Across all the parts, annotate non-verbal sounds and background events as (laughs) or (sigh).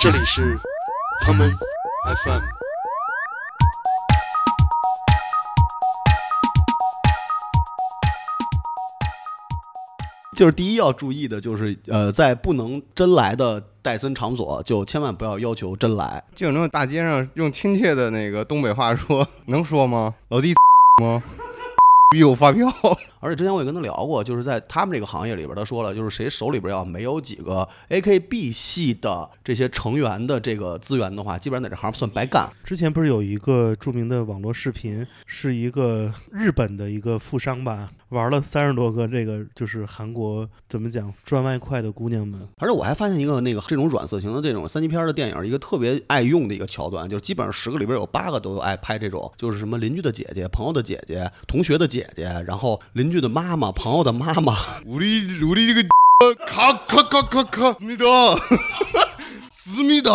这里是 common FM。就是第一要注意的就是，呃，在不能真来的戴森场所，就千万不要要求真来。就有那种大街上用亲切的那个东北话说，能说吗？ (laughs) 老弟 (laughs) 吗？逼我 (laughs) 发票，而且之前我也跟他聊过，就是在他们这个行业里边，他说了，就是谁手里边要没有几个 AKB 系的这些成员的这个资源的话，基本上在这行算白干。之前不是有一个著名的网络视频，是一个日本的一个富商吧，玩了三十多个这个就是韩国怎么讲赚外快的姑娘们，而且我还发现一个那个这种软色情的这种三级片的电影，一个特别爱用的一个桥段，就是基本上十个里边有八个都爱拍这种，就是什么邻居的姐姐、朋友的姐姐、同学的姐姐，然后邻居的妈妈、朋友的妈妈， 우리우리这个 (laughs) 卡卡卡卡卡密 (laughs) 达，思密达，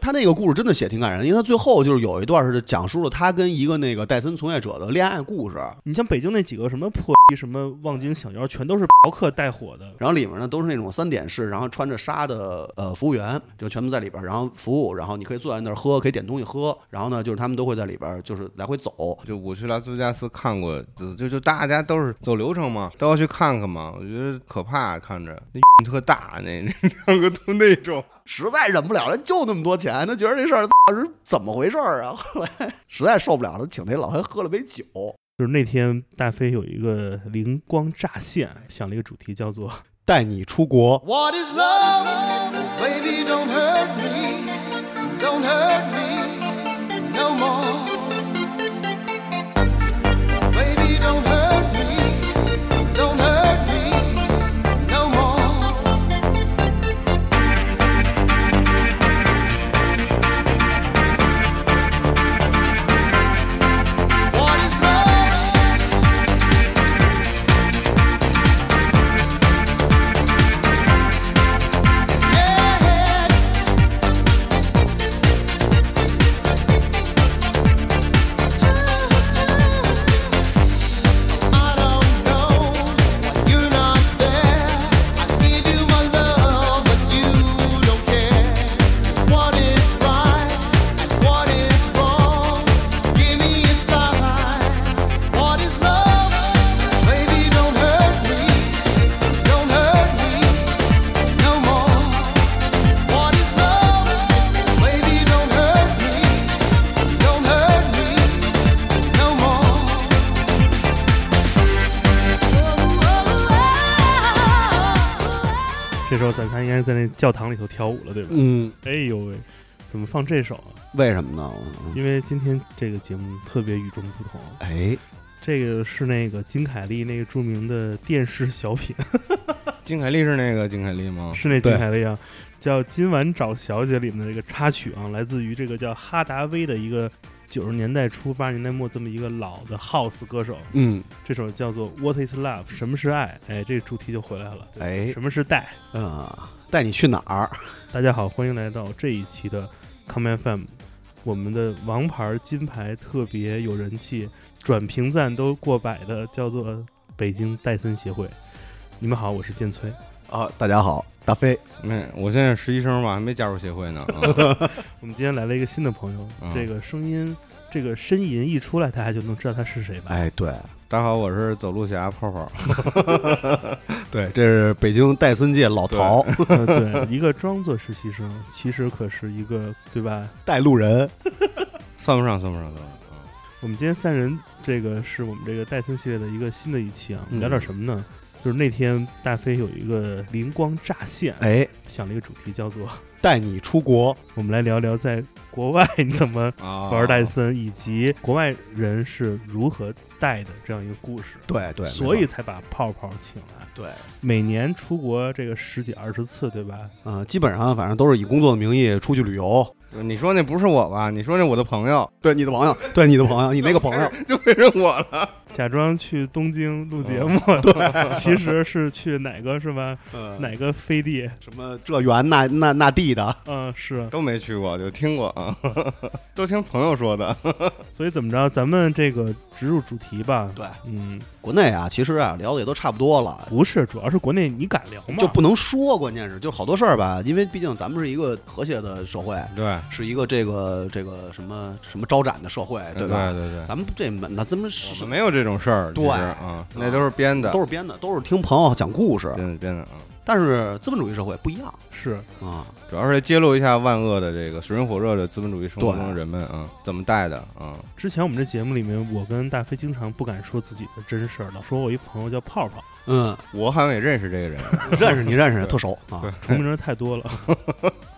他那个故事真的写挺感人，因为他最后就是有一段是讲述了他跟一个那个戴森从业者的恋爱故事，你像北京那几个什么破逼什么望京小妖，全都是嫖客带火的。然后里面呢都是那种三点式，然后穿着纱的呃服务员就全部在里边儿，然后服务，然后你可以坐在那儿喝，可以点东西喝，然后呢就是他们都会在里边儿就是来回走， (laughs) 就我去拉斯维加斯看过，就就就大家都是走流程嘛，都要去看看嘛。我觉得可怕，看着 (laughs) 那特大，那那两个都那种。实在忍不了了，就那么多钱，他觉得这事儿是怎么回事儿啊？后来实在受不了了，请那老黑喝了杯酒，就是那天大飞有一个灵光乍现，想了一个主题叫做带你出国。 What is love? Baby, don't hurt me. Don't hurt me no more. Baby, don't hurt me. Don't hurt me no more. 这时候咱他应该在那教堂里头跳舞了，对吧？嗯，哎呦喂，怎么放这首啊？为什么呢？因为今天这个节目特别与众不同，哎，这个是那个金凯利那个著名的电视小品， (laughs) 金凯利是那个金凯利吗？ (laughs) 是那金对凯利啊，叫《今晚找小姐》里面的这个插曲啊，来自于这个叫哈达威的一个九十年代初八十年代末这么一个老的 house 歌手，嗯，这首叫做《What Is Love》，什么是爱？哎，这主题就回来了。哎，什么是带？啊，带你去哪儿？大家好，欢迎来到这一期的 Come FM，我们的王牌金牌特别有人气，转评赞都过百的，叫做北京戴森协会。你们好，我是建崔。啊，大家好，大飞，没，我现在实习生嘛，还没加入协会呢。啊 (laughs) 我们今天来了一个新的朋友，嗯这个声音，这个呻吟一出来，大家就能知道他是谁吧？哎，对大家好，我是走路侠泡泡。对，这是北京戴森界老陶，嗯对，一个装作实习生，其实可是一个，对吧？带路人， (laughs) 算不上，算不上，算不上。我们今天三人这个是我们这个戴森系列的一个新的一期啊，我嗯们聊点什么呢？就是那天大飞有一个灵光乍现，哎，想了一个主题叫做 (laughs) 带你出国， “我们来聊聊在国外你怎么啊，玩戴森，以及国外人是如何带的”这样一个故事，对对，所以没错才把泡泡请来。对，每年出国这个十几二十次，对吧？呃，基本上反正都是以工作的名义出去旅游，你说那不是我吧？你说那我的朋友对你的朋友，对你的朋友，你那个朋友，就变成我了。假装去东京录节目，啊对， (laughs) 其实是去哪个是吧？ (laughs) 呃，哪个飞地？什么这园那那那地的，嗯、是。都没去过，就听过啊。啊， (laughs) 都听朋友说的。所以怎么着，咱们这个植入主题吧。对，嗯，国内啊，其实啊聊的也都差不多了。不是，主要是国内你敢聊吗？就不能说，关键是就好多事儿吧，因为毕竟咱们是一个和谐的社会， (laughs) 对，是一个这个这个什么什么招展的社会，对吧？对对，咱们这那咱们我是们没有这种事儿，对其实啊，那都是编的，都是编的，都是听朋友讲故事，编的编的啊。但是资本主义社会不一样是啊。主要是揭露一下万恶的这个水深火热的资本主义生活对中的人们啊，怎么带的啊？之前我们这节目里面，我跟大飞经常不敢说自己的真事儿，老说我一朋友叫泡泡， (laughs) 嗯，我好像也认识这 (laughs) 个人，认识你认识对特熟啊。重名人太多了。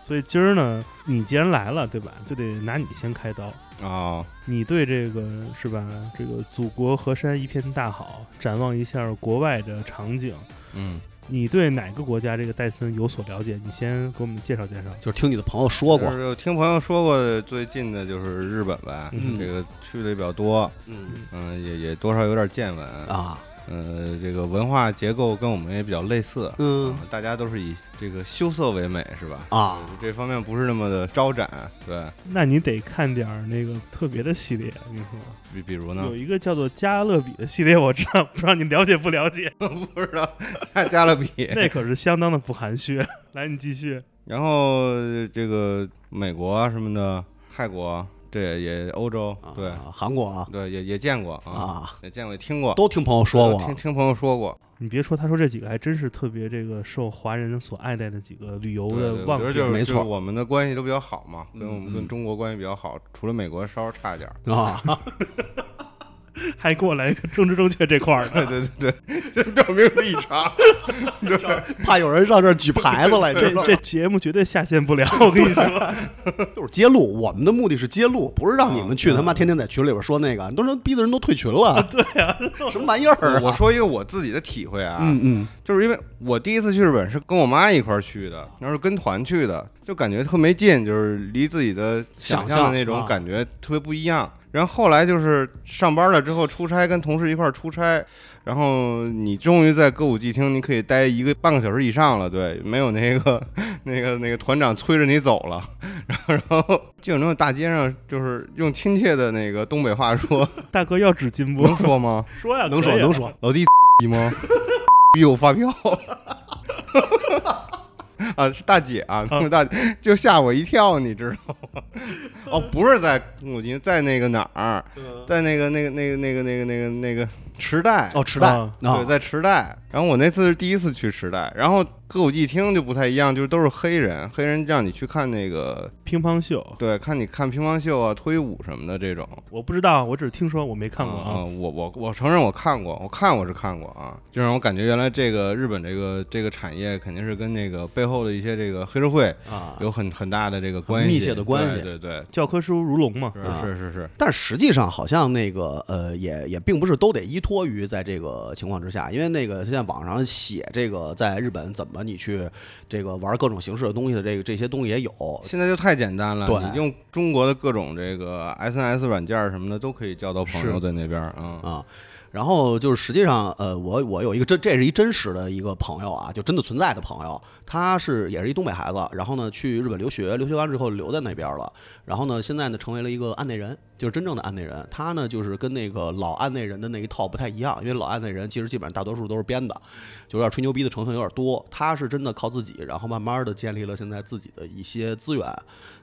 所以今儿呢，你既然来了，对吧？就得拿你先开刀。啊，你对这个是吧？这个祖国河山一片大好，展望一下国外的场景。嗯，你对哪个国家这个戴森有所了解？你先给我们介绍介绍。就是听你的朋友说过就，是有听朋友说过的，最近的就是日本呗，嗯这个去的也比较多，嗯嗯，也也多少有点见闻，啊，呃，这个文化结构跟我们也比较类似，嗯啊大家都是以这个羞涩为美，是吧？啊，这方面不是那么的招展，对，那你得看点儿那个特别的系列，我跟你说。比比如呢有，一个叫做加勒比的系列，我知道，不知道你了解不了解？不知道 (laughs) 加勒比， (laughs) 那可是相当的不含蓄。来，你继续。然后这个美国啊什么的，泰国这也也欧洲，啊对、韩国啊对，也也见过啊，啊，也见过，也听过，都听朋友说 (laughs) 听过，听朋友说过，你别说，他说这几个还真是特别这个受华人所爱戴的几个旅游对对我的旺觉得点就是没就错是我们的关系都比较好嘛，跟我嗯们跟嗯中国关系比较好，除了美国稍微差一点儿。 (laughs) 啊， (laughs) 还给我来一 (laughs) 个政治正确这块儿对 (laughs) 的。对对对，这表明立场。怕有人上这儿举牌哎子来， (laughs) 这知道吗这节目绝对下线不了，我跟你说，就是揭露，我们的目的是揭露，不是让你们去嗯他妈天天在群里边说那个，都能逼的人都退群了。对啊，什么玩意儿啊？我说一个我自己的体会啊，嗯嗯，就是因为我第一次去日本是跟我妈一块儿去的，那是跟团去的，就感觉特没劲，就是离自己的想象的啊那想种象感觉特别不一样。然后后来就是上班了之后出差，跟同事一块儿出差，然后你终于在歌舞伎町，你可以待一个半个小时以上了，对，没有那个 (laughs) 那个那个团长催着你走了， (laughs) 然后然后京城的大街上就是用亲切的那个东北话说，大哥要指进步能，说吗？说呀，能可说以啊能，说，老弟逼吗？ (laughs) 逼我发票。 (laughs) 啊，是大姐啊，那个 (laughs) 大姐就吓我一跳，你知道吗？ (laughs) 哦，不是在宫古今，在那个哪儿，在那个那个那个那个那个那个那个池袋哦，池袋啊对，啊，在池袋。然后我那次是第一次去池袋，然后歌舞伎町就不太一样，就是都是黑人，黑人让你去看那个，乒乓秀，对，看你看乒乓球啊、脱衣舞什么的这种。我不知道，我只是听说，我没看过啊、啊。我我我承认我看过，我看我是看过啊，就让我感觉原来这个日本这个这个产业肯定是跟那个背后的一些这个黑社会啊。有很很大的这个关系，密切的关系对对教科书如龙嘛，对，啊是是是是，但实际上，好像那个呃，也也并不是都得依托于在这个情况之下，因为那个现在网上写这个在日本怎么你去这个玩各种形式的东西的这个这些东西也有，现在就太简单了，对你用中国的各种这个 SNS 软件什么的都可以交到朋友是在那边啊，啊。然后就是实际上，呃，我我有一个真，这是一真实的一个朋友啊，就真的存在的朋友，他是也是一东北孩子，然后呢去日本留学，留学完之后留在那边了，然后呢现在呢成为了一个案内人，就是真正的案内人。他呢就是跟那个老案内人的那一套不太一样，因为老案内人其实基本上大多数都是编的，就有点吹牛逼的成分有点多。他是真的靠自己，然后慢慢的建立了现在自己的一些资源，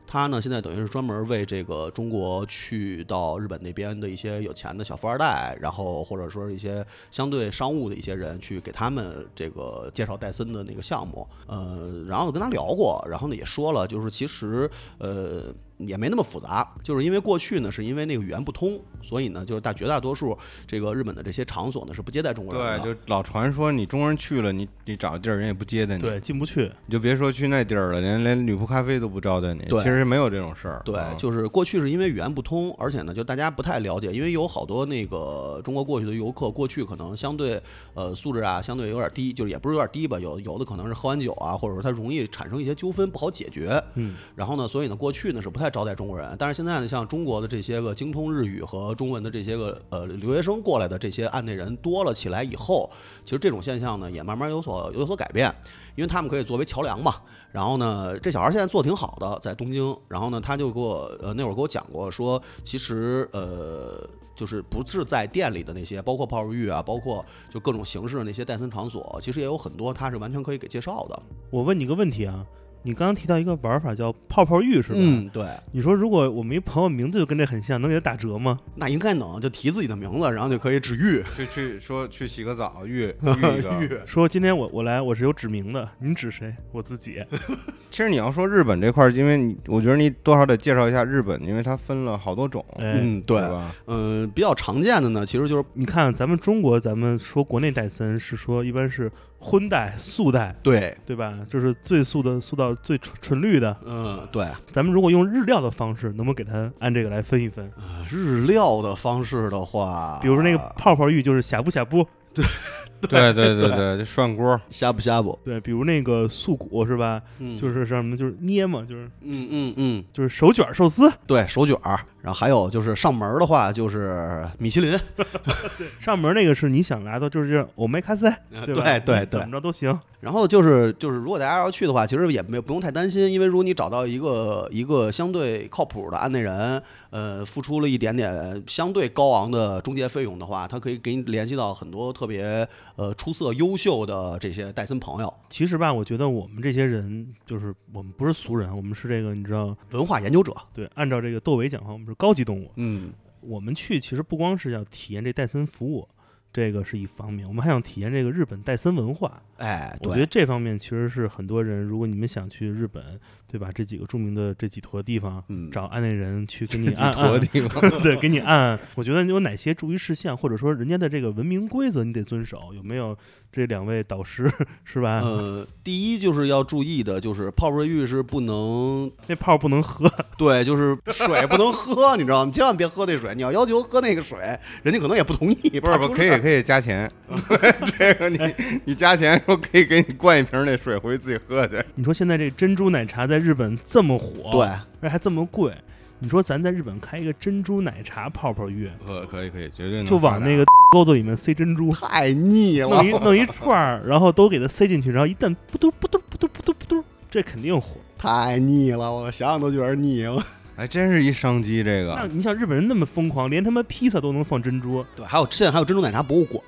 他呢，现在等于是专门为这个中国去到日本那边的一些有钱的小富二代，然后或者说是一些相对商务的一些人，去给他们这个介绍戴森的那个项目。呃，然后跟他聊过，然后呢也说了，就是其实呃也没那么复杂，就是因为过去呢是因为那个语言不通，所以呢就是大绝大多数这个日本的这些场所呢是不接待中国人的。对，就老传说你中国人去了，你你找地儿人也不接待你，对，进不去，你就别说去那地儿了，连连女仆咖啡都不招待你，对其实没有这种事儿，对啊，就是过去是因为语言不通，而且呢，就大家不太了解，因为有好多那个中国过去的游客，过去可能相对呃素质啊，相对有点低，就是也不是有点低吧，有有的可能是喝完酒啊，或者说他容易产生一些纠纷，不好解决。嗯，然后呢，所以呢，过去呢是不太招待中国人，但是现在呢，像中国的这些个精通日语和中文的这些个呃留学生过来的这些案内人多了起来以后，其实这种现象呢也慢慢有所有所改变，因为他们可以作为桥梁嘛。然后呢，这小孩现在做得挺好的，在东京。然后呢，他就给我呃那会儿给我讲过说，其实呃就是不是在店里的那些，包括泡泡浴啊，包括就各种形式的那些戴森场所，其实也有很多它是完全可以给介绍的。我问你个问题啊，你刚刚提到一个玩法叫泡泡浴是吧？，嗯嗯对，你说如果我们一朋友名字就跟这很像，能给他打折吗？那应该能就提自己的名字，然后就可以治愈。去去说去洗个 (laughs) 澡，浴浴一个。说今天我我来我是有指名的，您指谁？我自己。哎其实你要说日本这块儿，因为你我觉得你多少得介绍一下日本，因为它分了好多种，哎，嗯，对，对吧？嗯、比较常见的呢，其实就是你看咱们中国，咱们说国内戴森是说一般是荤戴、素戴，对，对吧？就是最素的素到最纯纯绿的。嗯、对，咱们如果用日料的方式，能不能给它按这个来分一分？呃日料的方式的话，比如说那个啊泡泡浴就是呷不呷不，对对对对，这涮锅，呷哺呷哺，对，比如那个素骨是吧？嗯就是什么就是捏嘛，就是嗯嗯嗯，就是手卷寿司。对手卷儿，然后还有就是上门儿的话，就是米其林，上门那个是你想拿到，就是这样欧美卡塞，对吧？啊对对怎对么。着都行。然后就是就是，如果大家要去的话，其实也没有不用太担心，因为如果你找到一个一个相对靠谱的案内人，呃，付出了一点点相对高昂的中介费用的话，他可以给你联系到很多特别呃出色优秀的这些戴森朋友，其实吧，我觉得我们这些人就是我们不是俗人，我们是这个你知道，文化研究者。对，按照这个窦唯讲话，我们是高级动物。嗯，我们去其实不光是要体验这戴森服务，这个是一方面，我们还想体验这个日本戴森文化。哎，我觉对，得这方面其实是很多人，如果你们想去日本，对吧？这几个著名的这几坨地方，嗯，找案内人去给 (laughs) 你几按坨按地方。对，给你按。我觉得有哪些注意事项，或者说人家的这个文明规则你得遵守，有没有？这两位导师 (laughs) 是吧？嗯呃，第一就是要注意的，就是泡泡浴是不能那泡不能喝，对，就是水不能喝， (laughs) 你知道吗？千万别喝那水，你要要求喝那个水，人家可能也不同意。不是怕不出可事以儿可以加钱，这个你你加钱说可以给你灌一瓶那水回去自己喝去。你说现在这珍珠奶茶在日本这么火，，哦对，而且还这么贵，你说咱在日本开一个珍珠奶茶泡泡浴，呃，可以可以，绝对能就往发达那个钩子里面塞 (laughs) 珍珠，太腻了弄一，弄一串儿，然后都给它塞进去，然后一旦不嘟不嘟不嘟不嘟不嘟，这肯定火。太腻了，我想想都觉得腻。还哎真是一商机，这那个你想日本人那么疯狂，连他妈披萨都能放珍珠，对，还有现在还有珍珠奶茶博物 (laughs) 馆，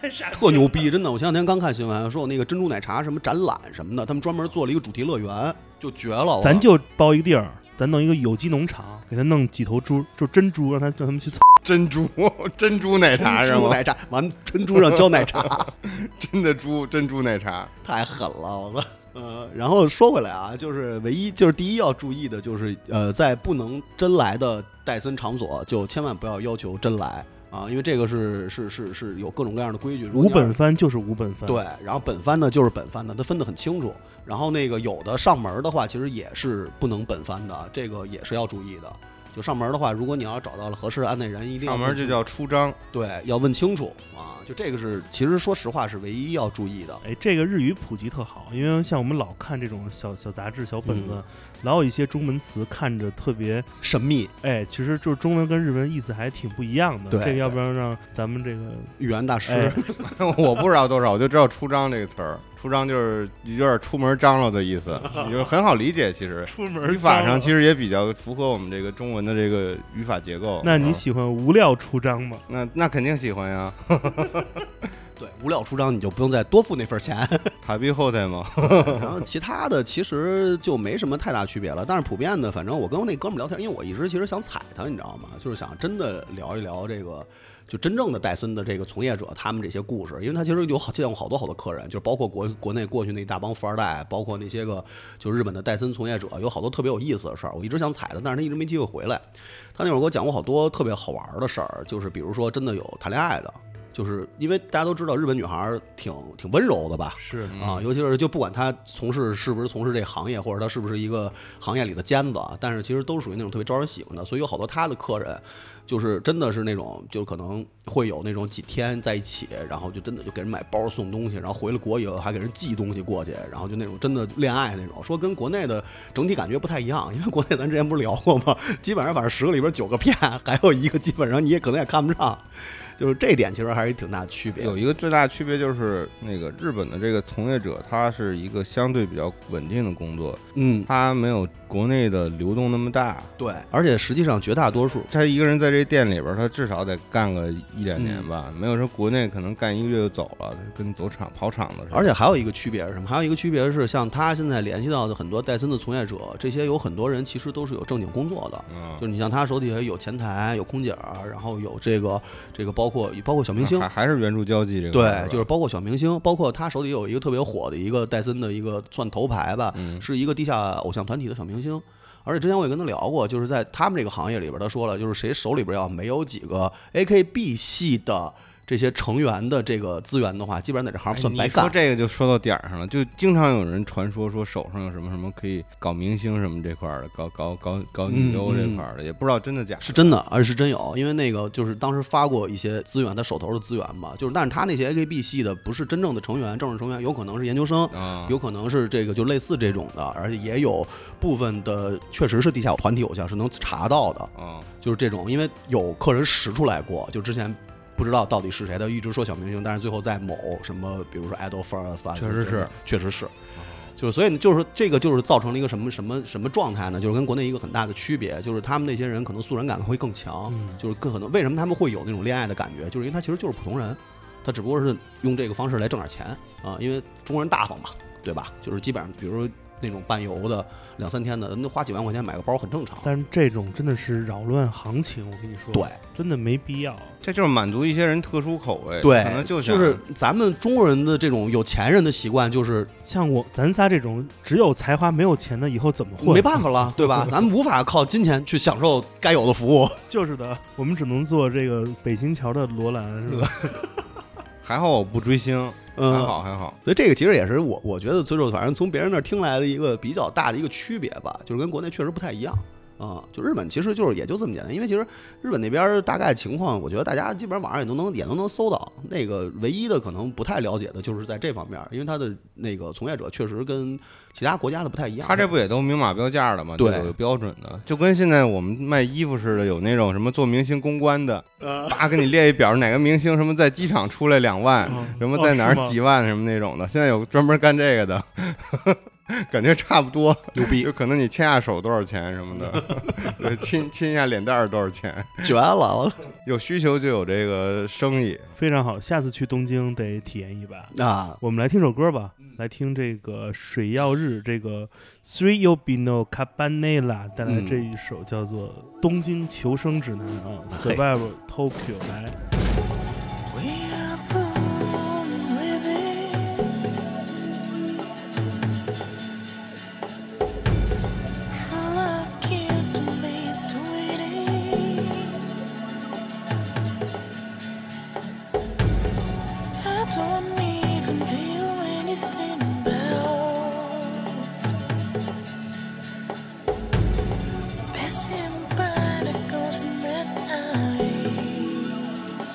太傻特牛逼，真的。我前两天刚看新闻，说有那个珍珠奶茶什么展览什么的，他们专门做了一个主题乐园，就绝了。我咱就包一个地儿，咱弄一个有机农场，给他弄几头猪，就珍珠，让他让他们去蹭。珍珠珍珠奶茶是珍珠吗？奶茶，完珍珠上浇奶茶，真的猪珍珠奶茶，太狠了，我操！ (laughs) 呃，然后说回来啊，就是唯一就是第一要注意的就是，呃，在不能真来的戴森场所，就千万不要要求真来啊，因为这个是是是是有各种各样的规矩。如果无你要是本番就是无本番，，对，然后本番呢就是本番的，它分得很清楚。然后那个有的上门儿的话，其实也是不能本番的，这个也是要注意的。就上门儿的话，如果你要找到了合适的案内人，一定要上门问就清叫出张。对，要问清楚啊。就这个是，其实说实话是唯一要注意的。哎，这个日语普及特好，因为像我们老看这种小小杂志、小本子，嗯老有一些中文词看着特别，神秘哎，其实就是中文跟日文意思还挺不一样的。对这个要不对然让咱们这个语言大师，哎 (laughs) (laughs) 我不知道多少，我就知道“出张”这个词儿，“出张”就是有点出门张罗的意思，就是很好理解。其实出门语法上其实，实也比较符合我们这个中文的这个语法结构。那你嗯喜欢无料出张吗？那那肯定喜欢呀，对无料出张你就不用再多付那份钱。塔壁后代 (laughs) 嘛。啊然后其他的其实就没什么太大区别了。但是普遍的，反正我跟我那哥们儿聊天，因为我一直其实想踩他，你知道吗？就是想真的聊一聊这个，就真正的戴森的这个从业者他们这些故事，因为他其实有好见过好多好多客人，就是包括国国内过去那一大帮富二代，包括那些个就日本的戴森从业者，有好多特别有意思的事儿，我一直想踩他，但是他一直没机会回来。他那会儿给我讲过好多特别好玩儿的事儿，就是比如说真的有谈恋爱的。就是因为大家都知道日本女孩儿挺挺温柔的吧，是啊，尤其是就不管他从事是不是从事这行业，或者他是不是一个行业里的尖子，啊，但是其实都属于那种特别招人喜欢的，所以有好多他的客人，就是真的是那种，就可能会有那种几天在一起，然后就真的就给人买包送东西，然后回了国以后还给人寄东西过去，然后就那种真的恋爱那种，说跟国内的整体感觉不太一样，因为国内咱之前不是聊过吗？ (laughs) 基本上反正十个里边九个骗， (laughs) 还有一个基本上你也可能也看不上，就是这点其实还是挺大的区别。有一个最大的区别就是，那个日本的这个从业者，他是一个相对比较稳定的工作，嗯，他没有国内的流动那么大。对，而且实际上绝大多数。他一个人在这店里边，他至少得干个一两年嗯吧，没有说国内可能干一个月就走了，跟走场跑场子似的。而且还有一个区别是什么？还有一个区别是，像他现在联系到的很多戴森的从业者，这些有很多人其实都是有正经工作的。嗯，就是你像他手底下有前台、有空姐儿，然后有这个这个包括包括小明星还，还是援助交啊际这个事儿对吧，就是包括小明星，包括他手底下有一个特别火的一个戴森的一个算头牌吧，嗯是一个地下偶像团体的小明星。而且之前我也跟他聊过，就是在他们这个行业里边，他说了，就是谁手里边要没有几个 AKB 系的这些成员的这个资源的话，基本上在这行哎啊算白你说干。这个就说到点儿上了，就经常有人传说说手上有什么什么可以搞明星什么这块儿的，搞搞搞搞女优这块儿的，也不知道真的假的。嗯是真的，而且是真有，因为那个就是当时发过一些资源，他手头的资源嘛，就是但是他那些 AKB 系的不是真正的成员，正式成员有可能是研究生，啊，有可能是这个就类似这种的，而且也有部分的确实是地下团体偶像是能查到的，啊，就是这种，因为有客人拾出来过，就之前。不知道到底是谁的，一直说小明星，但是最后在某什么，比如说 idol first，确实是，确实是，就是所以就是说这个就是造成了一个什么什么什么状态呢？就是跟国内一个很大的区别，就是他们那些人可能素人感会更强，嗯就是更可能为什么他们会有那种恋爱的感觉，就是因为他其实就是普通人，他只不过是用这个方式来挣点钱啊，因为中国人大方嘛，对吧？就是基本上比如说那种伴游的两三天的，那花几万块钱买个包很正常，但是这种真的是扰乱行情，我跟你说，对，。真的没必要。这就是满足一些人特殊口味，对，可能就想是咱们中国人的这种有钱人的习惯，就是像我咱仨这种只有才华没有钱的，以后怎么混？没办法了，对 (laughs) 吧？ (laughs) 咱们无法靠金钱去享受该有的服务。就是的，我们只能做这个北新桥的罗兰，是吧？还好我不追星，还嗯，好还好。所以这个其实也是我我觉得，就是反正从别人那儿听来的一个比较大的一个区别吧，就是跟国内确实不太一样。啊、就日本其实就是也就这么简单，因为其实日本那边儿大概情况，我觉得大家基本上网上也都能也都能搜到。那个唯一的可能不太了解的就是在这方面儿，因为他的那个从业者确实跟其他国家的不太一样。他这不也都明码标价的吗？对就有标准的，就跟现在我们卖衣服似的，有那种什么做明星公关的，叭、给你列一表，哪个明星什么在机场出来两万，嗯什么在哪儿哦是吗几万什么那种的，现在有专门干这个的，感觉差不多，牛逼。就可能你牵下手多少钱什么 (laughs) 的，对亲亲一下脸蛋儿多少钱，绝了，我有需求就有这个生意。非常好，下次去东京得体验一把。啊，我们来听首歌吧，来听这个水曜日这个 Three Yobino Cabanela 带来这一首叫做《东京求生指南》啊，嘿 Survival Tokyo》来。 We are born living. How lucky to be doing I don't even feel anything about passing by the ghost red eyes.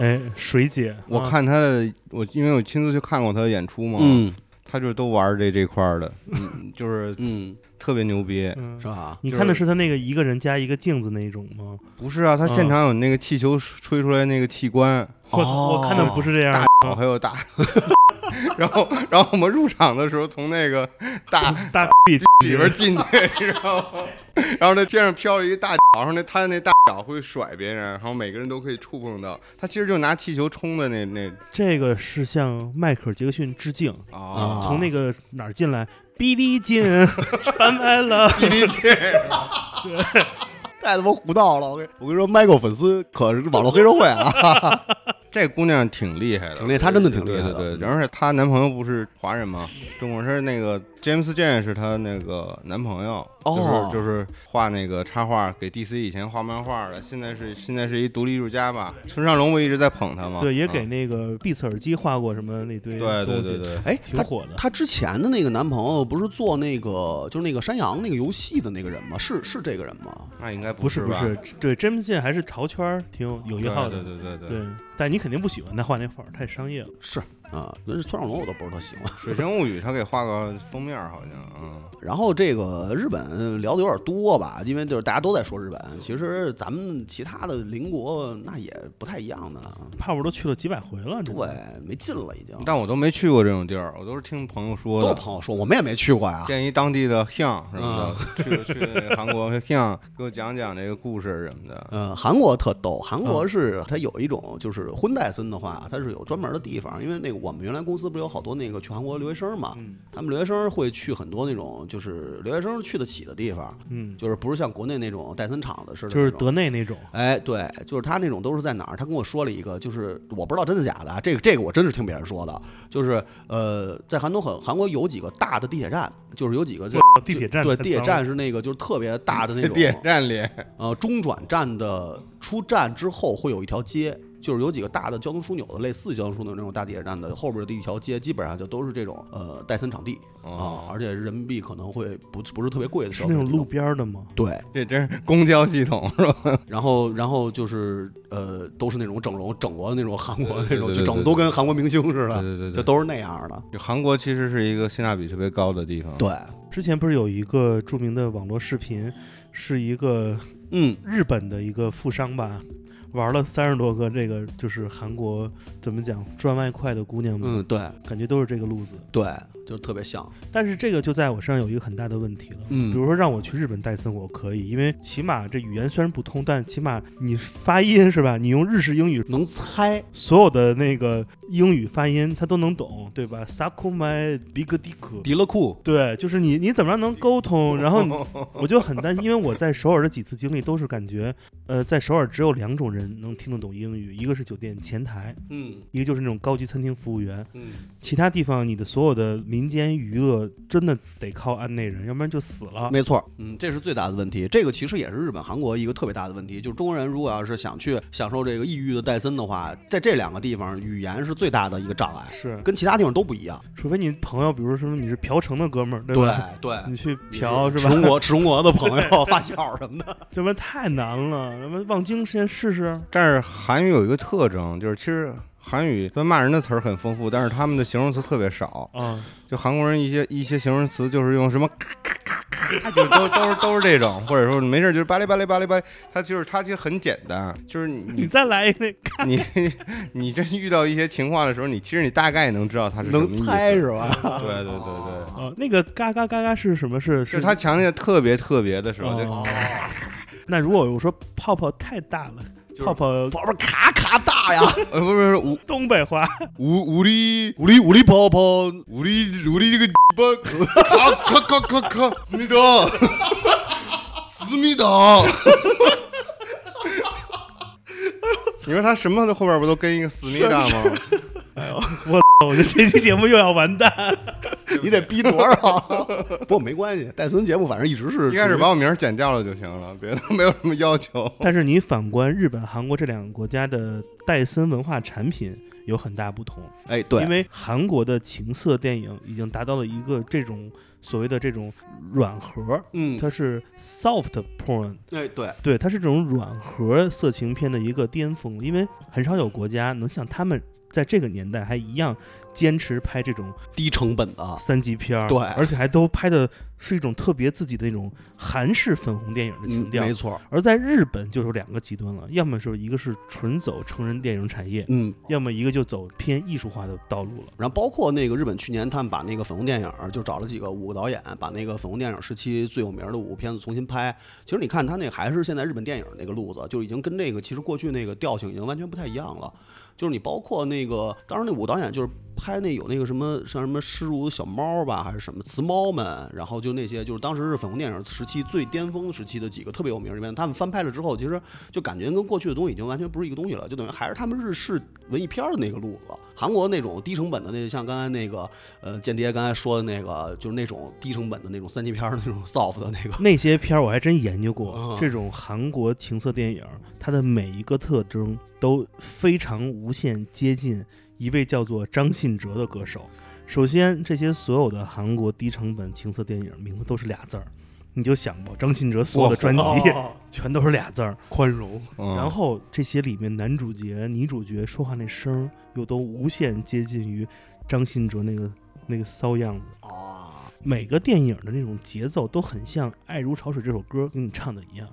哎水姐，我啊看他的，我因为我亲自去看过他的演出嘛，嗯他就都玩这这块儿的，嗯就是嗯，特别牛逼。嗯是，吧？你就是看的是他那个一个人加一个镜子那一种吗？不是啊，他现啊场有那个气球吹出来那个器官，我我看的不是这样大的小还有大。 (laughs) 然后，然后我们入场的时候，从那个大 (laughs) 大 B 里边进去， (laughs) 你知道吗？然后那街上飘着一大脚，然后那他那大脚会甩别人，然后每个人都可以触碰到。他其实就拿气球冲的那那这个是向迈克尔·杰克逊致敬，啊，从那个哪儿进来，哔哩进 (laughs) 传来了，霹 (laughs) 雳界太他妈胡闹了！我跟我跟你说，Michael 粉丝可是网络黑社会啊！这姑娘挺厉害的，挺厉害她真的挺厉害的嗯对对对，然后她男朋友不是华人吗？中国人是那个 James Jan 是她那个男朋友，哦就是就是画那个插画，给 DC 以前画漫画的，现在是现在是一独立艺术家吧。村上龙不一直在捧他吗？对，也啊给那个 Beats 耳机画过什么那堆对对东对西，对， (laughs) 哎，挺他火的。他之前的那个男朋友不是做那个就是那个山羊那个游戏的那个人吗？是是这个人吗？那应该不是是不吧是，，对 James Jan 还是潮圈儿挺有有一对号对的，对对对。对，但你肯定不喜欢他画那画儿，太商业了。是啊，那是村上龙我都不是特喜欢。水生物语他给画个封面好像，嗯， (laughs) 然后这个日本聊的有点多吧，因为就是大家都在说日本，其实咱们其他的邻国那也不太一样的，泡泡都去了几百回了，真对的，没劲了已经。但我都没去过这种地儿，我都是听朋友说都有的。朋友说我们也没去过呀，建议当地的 Hyang 什么的， (laughs) 去去那个韩国 Hyang 给我讲讲这个故事什么的。呃，韩国特逗，韩国啊是它有一种就是婚戴森的话，它是有专门的地方，因为那个我们原来公司不是有好多那个去韩国留学生嘛，嗯他们留学生会去很多那种就是留学生去得起的地方，嗯，就是不是像国内那种戴森厂子似的那就种，是德内那种，哎，对，就是他那种都是在哪儿？他跟我说了一个，就是我不知道真的假的，啊，这个这个我真是听别人说的，就是呃，在韩国很韩国有几个大的地铁站，就是有几个就地铁站对太地铁脏啊了站是那个就是特别大的那 (laughs) 种点站里，呃，中转站的出站之后会有一条街，就是有几个大的交通枢纽的，类似交通枢纽那种大地铁站的后边的一条街，基本上就都是这种呃戴森场地啊、哦，而且人民币可能会不不是特别贵的，是那种路。边儿的吗？对，这真是公交系统是吧？然后然后就是呃，都是那种整容整过的那种韩国那对种，对就对整对都对跟韩国明星似的，对就都是那样的。就韩国其实是一个性价比特别高的地方。，对，之前不是有一个著名的网络视频，是一个嗯，日本的一个富商吧，玩了三十多个这个就是韩国怎么讲赚外快的姑娘们，嗯，对感觉都是这个路子。对，就是特别像，但是这个就在我身上有一个很大的问题了。嗯比如说让我去日本戴森，我可以，因为起码这语言虽然不通，但起码你发音是吧？你用日式英语能猜，所有的那个英语发音他都能懂，对吧？Sakumai big dick，迪勒库，对，就是你你怎么样能沟通？然后你我就很担心，因为我在首尔的几次经历都是感觉，呃，在首尔只有两种人能听得懂英语，一个是酒店前台，嗯一个就是那种高级餐厅服务员。嗯，其他地方你的所有的民间娱乐真的得靠案内人，要不然就死了。没错，嗯，这是最大的问题。这个其实也是日本、韩国一个特别大的问题，就是中国人如果要是想去享受这个异域的戴森的话，在这两个地方语言是最大的一个障碍，是，跟其他地方都不一样。除非你朋友，比如说你是嫖城的哥们儿，对对吧？对，你去嫖是吧？中国中国的朋 (laughs) 友、发小什么的，要不然太难了。要不然望京先试试。 (laughs) 但是韩语有一个特征，就是其实韩语虽然骂人的词儿很丰富，但是他们的形容词特别少。啊，就韩国人一些一些形容词就是用什么咔咔咔咔，就都都是都是这种，或者说没事就是巴拉巴拉巴拉巴拉，它就是它其实很简单，就是 (laughs) 你你再来一那你你真遇到一些情况的时候，你其实你大概能知道它是什么能意思猜是吧？对对对对。啊，那个嘎嘎嘎嘎是什么？是就是他强调特别特别的时候，就哦。那如果我说泡泡太大了，就是泡泡宝贝儿卡卡大呀，呃不是不是无东北话， (laughs) 无无力五力五力泡泡，无力无力这个鸡巴，咔咔咔咔咔，思密达，思密达。你说他什么的后边不都跟一个思密达 (laughs) 吗？我觉得这期节目又要完蛋。你得逼多少？不过没关系，戴森节目反正一直是一开始属于把我名儿剪掉了就行了，别的没有什么要求。但是你反观日本、韩国这两个国家的戴森文化产品有很大不同，哎对因，为韩国的情色电影已经达到了一个这种所谓的这种软核，嗯，它是 soft porn，哎对，对，它是这种软核色情片的一个巅峰，因为很少有国家能像他们在这个年代还一样坚持拍这种低成本的，啊三级片儿，对而且还都拍的是一种特别自己的那种韩式粉红电影的情嗯，调。没错，而在日本就是两个极端了，要么是一个是纯走成人电影产业，嗯，要么一个就走偏艺术化的道路了。然后包括那个日本去年他们把那个粉红电影儿就找了几个五个导演，把那个粉红电影时期最有名的五部片子重新拍。其实你看他那还是现在日本电影那个路子，就已经跟那个其实过去那个调性已经完全不太一样了。就是你包括那个，当时那五个导演就是拍那有那个什么像什么失如小猫吧，还是什么雌猫们，然后就那些就是当时是粉红电影时期最巅峰时期的几个特别有名的片，他们翻拍了之后，其实就感觉跟过去的东西已经完全不是一个东西了，就等于还是他们日式文艺片儿的那个路子。韩国那种低成本的那，像刚才那个呃间谍刚才说的那个，就是那种低成本的那种三级片儿那种 soft 的那个， (laughs) 那些片儿我还真研究过啊，这种韩国情色电影，它的每一个特征都非常无限接近一位叫做张信哲的歌手。首先，这些所有的韩国低成本情色电影名字都是俩字儿，你就想吧，张信哲所有的专辑哦全都是俩字儿。宽容，嗯然后这些里面男主角、女主角说话那声儿又都无限接近于张信哲那个那个骚样子。啊，每个电影的那种节奏都很像《爱如潮水》这首歌跟你唱的一样，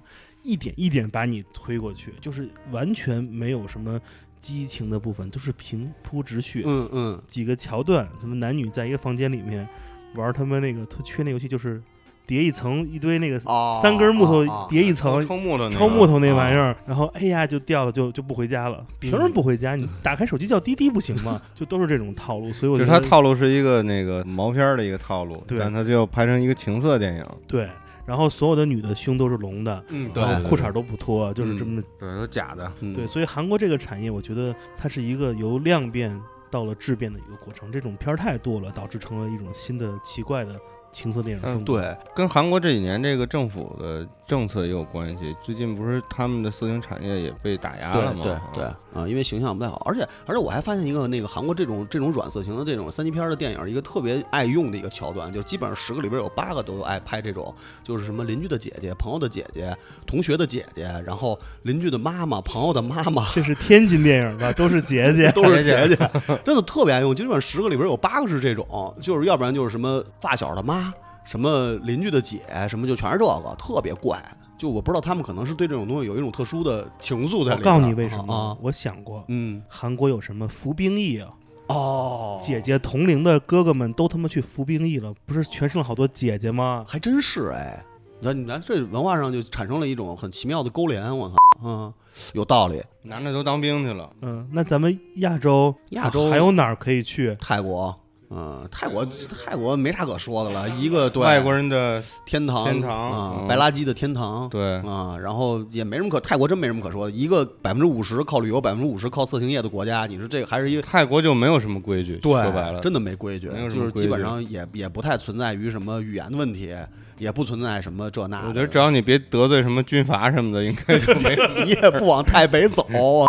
一点一点把你推过去，就是完全没有什么激情的部分，都是平铺直叙。嗯嗯，几个桥段，什么男女在一个房间里面玩他们那个特缺那游戏，就是叠一层一堆那个啊，三根木啊头啊叠一抽层。抽木头那个，哦抽木头那玩意儿，然后哎呀就掉了，就就不回家了。凭什么嗯不回家？你打开手机叫滴滴不行吗？就都是这种套路，所以我就是觉得他套路是一个那个毛片儿的一个套路，对但他就拍成一个情色电影，对。然后所有的女的胸都是隆的，嗯对然对后裤衩都不脱，就是嗯这么、对，都假的。嗯对。所以韩国这个产业，我觉得它是一个由量变到了质变的一个过程。这种片儿太多了，导致成了一种新的奇怪的情色电影嗯风格。对，跟韩国这几年这个政府的政策也有关系。最近不是他们的色情产业也被打压了嗯对吗？对对啊、因为形象不太好，而且而且我还发现一个那个韩国这种这种软色情的这种三级片儿的电影，一个特别爱用的一个桥段，就是基本上十个里边有八个都爱拍这种，就是什么邻居的姐姐、朋友的姐姐、同学的姐姐，然后邻居的妈妈、朋友的妈妈，，这是天津电影吧？都是姐姐都是姐姐，真的特别爱用，基本上十个里边有八个是这种，就是要不然就是什么发小的妈，什么邻居的姐，什么就全是这个，特别怪。就我不知道他们可能是对这种东西有一种特殊的情愫在我里边。告诉你为什么？啊？啊我想过，嗯，韩国有什么服兵役啊？哦，姐姐同龄的哥哥们都他妈去服兵役了，不是全剩好多姐姐吗？还真是哎，咱你咱这文化上就产生了一种很奇妙的勾连，我操，嗯，有道理。男的都当兵去了，嗯，那咱们亚洲，亚洲还有哪儿可以去？泰国，嗯，泰国泰国没啥可说的了，一个对外国人的天堂天堂啊、嗯白垃圾的天堂，对啊，然后也没什么可泰国真没什么可说的，一个百分之五十靠旅游，百分之五十靠色情业的国家，你说这个还是一个。 (laughs) 泰国就没有什么规矩，对说白了，真的没规矩没有，什就么是规基本矩上也也不太存在于什么语言的问题，也不存在什么这那的。我觉得只要你别得罪什么军阀什么的，应该就没你也不往太北走，我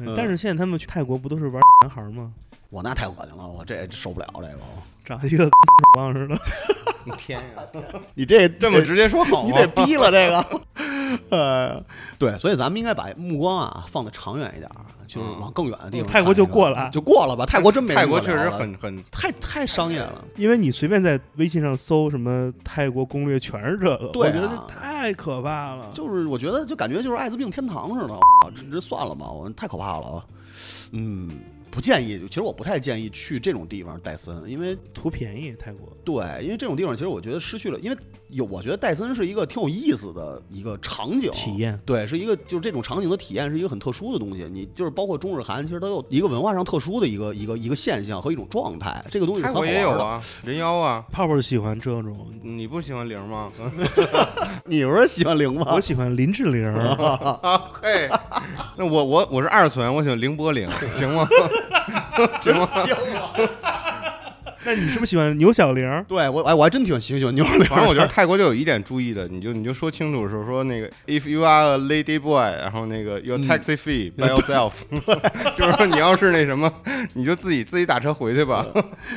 嗯但是现在他们去泰国不都是玩男孩吗？我那太恶心了，我这受不了这个。长一个 (laughs) 棒似的。 (laughs) 天呀！ (laughs) 你这这么直接说好吗？啊你得逼了这个。 (laughs) 呃，对，所以咱们应该把目光啊放得长远一点儿，就是嗯往更远的地方看一看。泰国就过了啊就过了吧。泰国真没什泰么国可确实聊的很很太太商业了。因为你随便在微信上搜什么泰国攻略，全是这个，对啊我觉得这太可怕了。就是我觉得就感觉就是艾滋病天堂似的，我操这这算了吧，我太可怕了。啊嗯，不建议，其实我不太建议去这种地方戴森，因为图便宜，泰国对，因为这种地方其实我觉得失去了，因为有我觉得戴森是一个挺有意思的一个场景体验。对，是一个就是这种场景的体验是一个很特殊的东西。你就是包括中日韩，其实都有一个文化上特殊的一个一个一个现象和一种状态。这个东西是泰很好国玩也有的。啊，人妖啊，泡泡喜欢这种， (laughs) 你不喜欢零 (laughs) 吗？你不是喜欢零吗我？喜欢林志玲， (laughs) 啊嘿，那我我我是二次元，我喜欢凌波凌，行吗？行吗？那你是不是喜欢牛小玲？ (laughs) 对我哎，我还真挺喜欢牛 (laughs) 肉面。反正我觉得泰国就有一点注意的，你就你就说清楚说说那个 if you are a lady boy，然后那个 your 嗯 taxi (laughs) fee by yourself，、就是说你要是那什么，你就自己自己打车回去吧。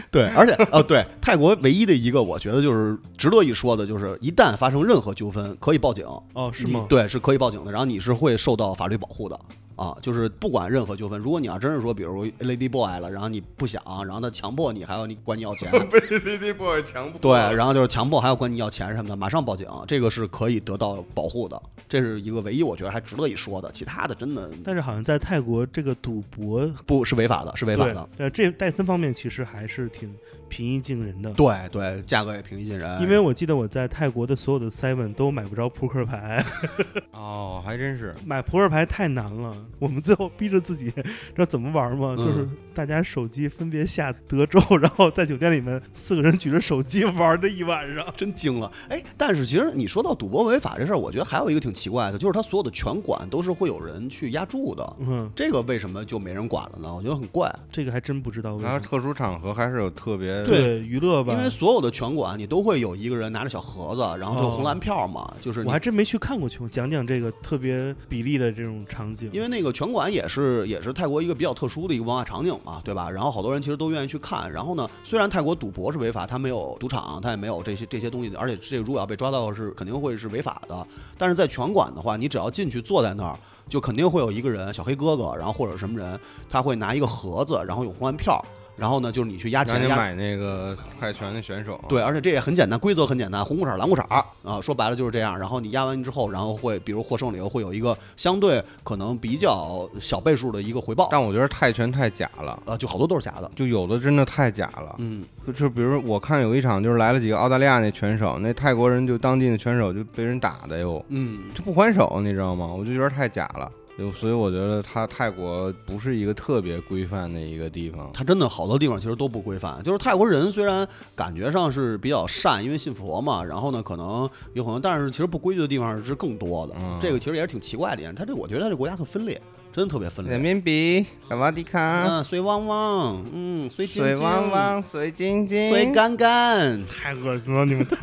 (laughs) 对，而且哦，对，泰国唯一的一个我觉得就是值得一说的，就是一旦发生任何纠纷，可以报警。哦，是你吗？对，是可以报警的，然后你是会受到法律保护的啊，就是不管任何纠纷，如果你要真是说，比如 Lady Boy 了，然后你不想，然后他强迫你，还要你管你要 (laughs) 钱，被 lady boy 强迫。对，然后就是强迫还要管你要钱什么的，马上报警，这个是可以得到保护的，这是一个唯一我觉得还值得一说的，其他的真的但是好像在泰国这个赌博不是违法的，是违法的，对，呃，这戴森方面其实还是挺平易近人的。对对，价格也平易近人，因为我记得我在泰国的所有的 seven 都买不着扑克牌， (laughs) (laughs) 哦，还真是。买扑克牌太难了。我们最后逼着自己， (laughs) 知道怎么玩吗？嗯就是大家手机分别下德州，然后在酒店里面四个人举着手机玩了一晚上。真惊了，哎！但是其实你说到赌博违法这事儿，我觉得还有一个挺奇怪的，就是它所有的拳馆都是会有人去压注的，嗯，这个为什么就没人管了呢？我觉得很怪，这个还真不知道为什然后么。特殊场合还是有特别对娱乐吧，因为所有的拳馆你都会有一个人拿着小盒子，然后就红蓝票嘛，就是我你还。真没去看过球，讲讲这个特别比例的这种场景。因为那个拳馆也是也是泰国一个比较特殊的一个文化场景嘛，对吧？然后好多人其实都愿意去看。然后呢，虽然泰国赌博是违法，它没有赌场，它也没有这些这些东西，而且这个如果要被抓到是肯定会是违法的。但是在拳馆的话，你只要进去坐在那儿，就肯定会有一个人，小黑哥哥，然后或者什么人，他会拿一个盒子，然后有红蓝票，然后呢就是你去压然后钱你压买那个泰拳的选手，对，而且这也很简单，规则很简单，红裤衩儿、蓝裤衩儿啊，说白了就是这样。然后你压完之后，然后会比如获胜了以后会有一个相对可能比较小倍数的一个回报，但我觉得泰拳太假了，呃，就好多都是假的。就有的真的太假了。嗯，就比如我看有一场，就是来了几个澳大利亚那拳手，那泰国人就当地的拳手就被人打的哟，嗯，这不还手，你知道吗？我就觉得太假了。就所以我觉得他泰国不是一个特别规范的一个地方。它真的好多地方其实都不规范。就是泰国人虽然感觉上是比较善，因为信佛嘛，然后呢可能有可能，但是其实不规矩的地方是更多的。嗯这个其实也是挺奇怪的一点。它这我觉得它这国家特分裂，真的特别分人裂。民币，萨瓦迪卡，嗯，水汪汪，嗯，水晶水晶汪，汪，水晶晶，水干干。太恶心了，你们 (laughs) 太！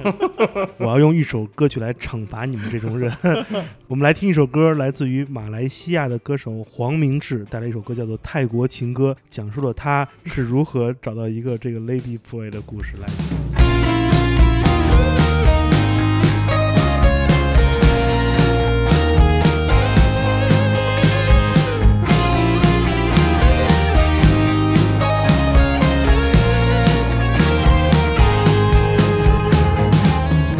我要用一首歌曲来惩罚你们这种 (laughs) 人。我们来听一首歌，来自于马来西亚的歌手黄明志带来一首歌，叫做《泰国情歌》，讲述了他是如何找到一个这个 lady boy 的故事来。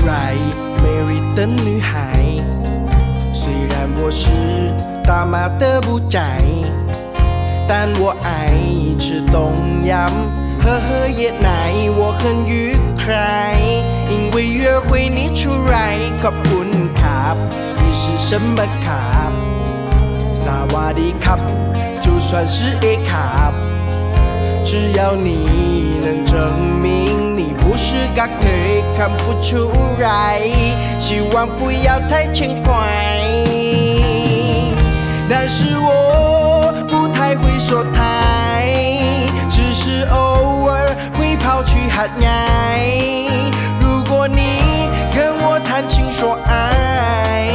Right，美丽的女孩。虽然我是大马的不宅，但我爱吃东阳，喝喝椰奶，我很愉快。因为约会你出来，ขอบคุณครับ你是什么ครับ萨瓦迪卡，就算是 A 卡。只要你能证明你不是个腿看不出来，希望不要太勤快。但是我不太会说台，只是偶尔会跑去喊爱。如果你跟我谈情说爱，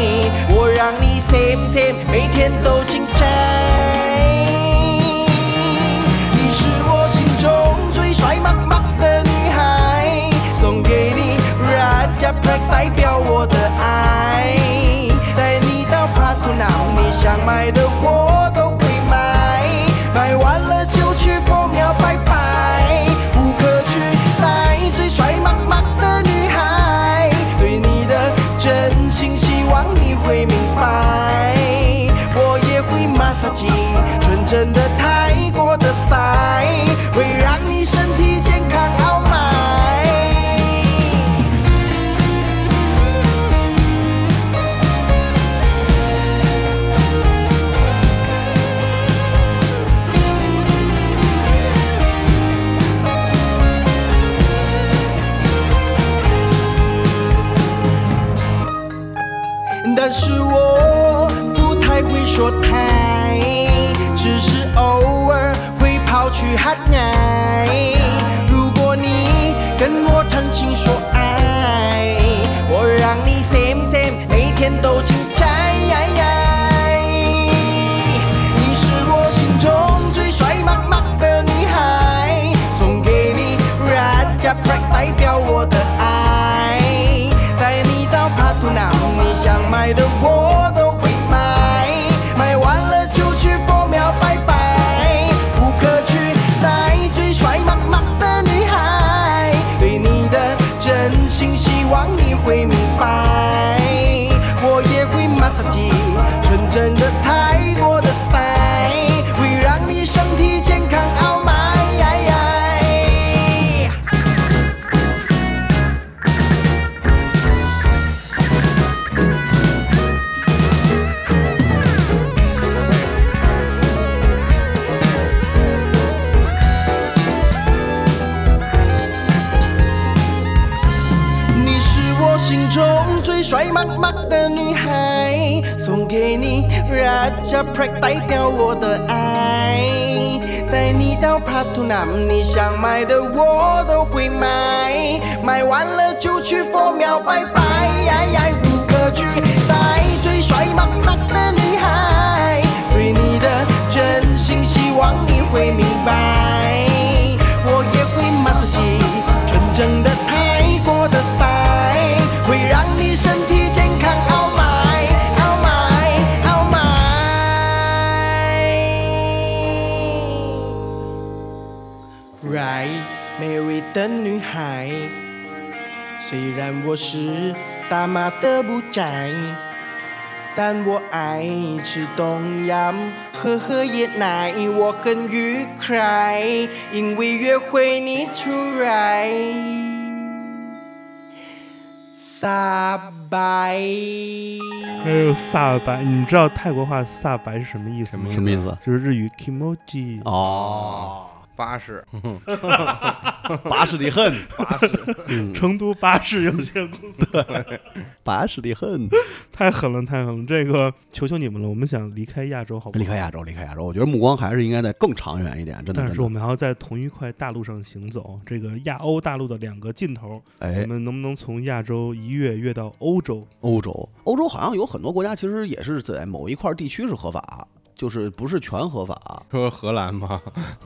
我让你 same same 每天都精彩。你是我心中最帅妈妈的女孩，送给你 Raja Pride 代表我的爱，带你到 p a t u n a 你想买的我都会买，买完了就去破庙拜拜，不可取代最帅妈妈的女孩，对你的真心希望你会明白。我也会 massage 纯正的泰国的 style，会让你身体健康 all night。但是我不太会说台，只是偶尔会跑去喊爱。如果你哎会明白，我也会 massage，纯正的泰国的 style，会让你身体健康哦哎傲慢。哎你是我心中最帅妈妈的女孩，送给你 Raja Prague 带掉我的爱，带你到 p a t u n a m 你想买的我都会买，买完了就去佛庙拜哎拜，如何去带最帅妈妈的女孩，对你的真心希望你会明白，我也会骂自己，纯正的泰国的 style 会让你身体健康。Oh my, oh my, oh my。Right，美味的女孩，虽然我是大马的不宅。但我爱吃东阳，喝喝椰奶，我很愉快，因为约会你出来。撒白，还有哎萨白，你知道泰国话萨白是什么意思吗？什么意思？就是日语 kimoji。哦，巴士， (laughs) 拔屎的恨， (laughs) 巴士，，嗯 (laughs) 成都巴士有限公司 (laughs) 拔屎的恨。太狠了，太狠了！这个求求你们了，我们想离开亚洲，好不好？离开亚洲，离开亚洲，我觉得目光还是应该再更长远一点，真的。但真是的我们还要在同一块大陆上行走，这个亚欧大陆的两个尽头，哎我，们能不能从亚洲一跃跃到欧洲？欧洲，欧洲好像有很多国家其实也是在某一块地区是合法，就是不是全合法 (laughs) 说荷兰吗？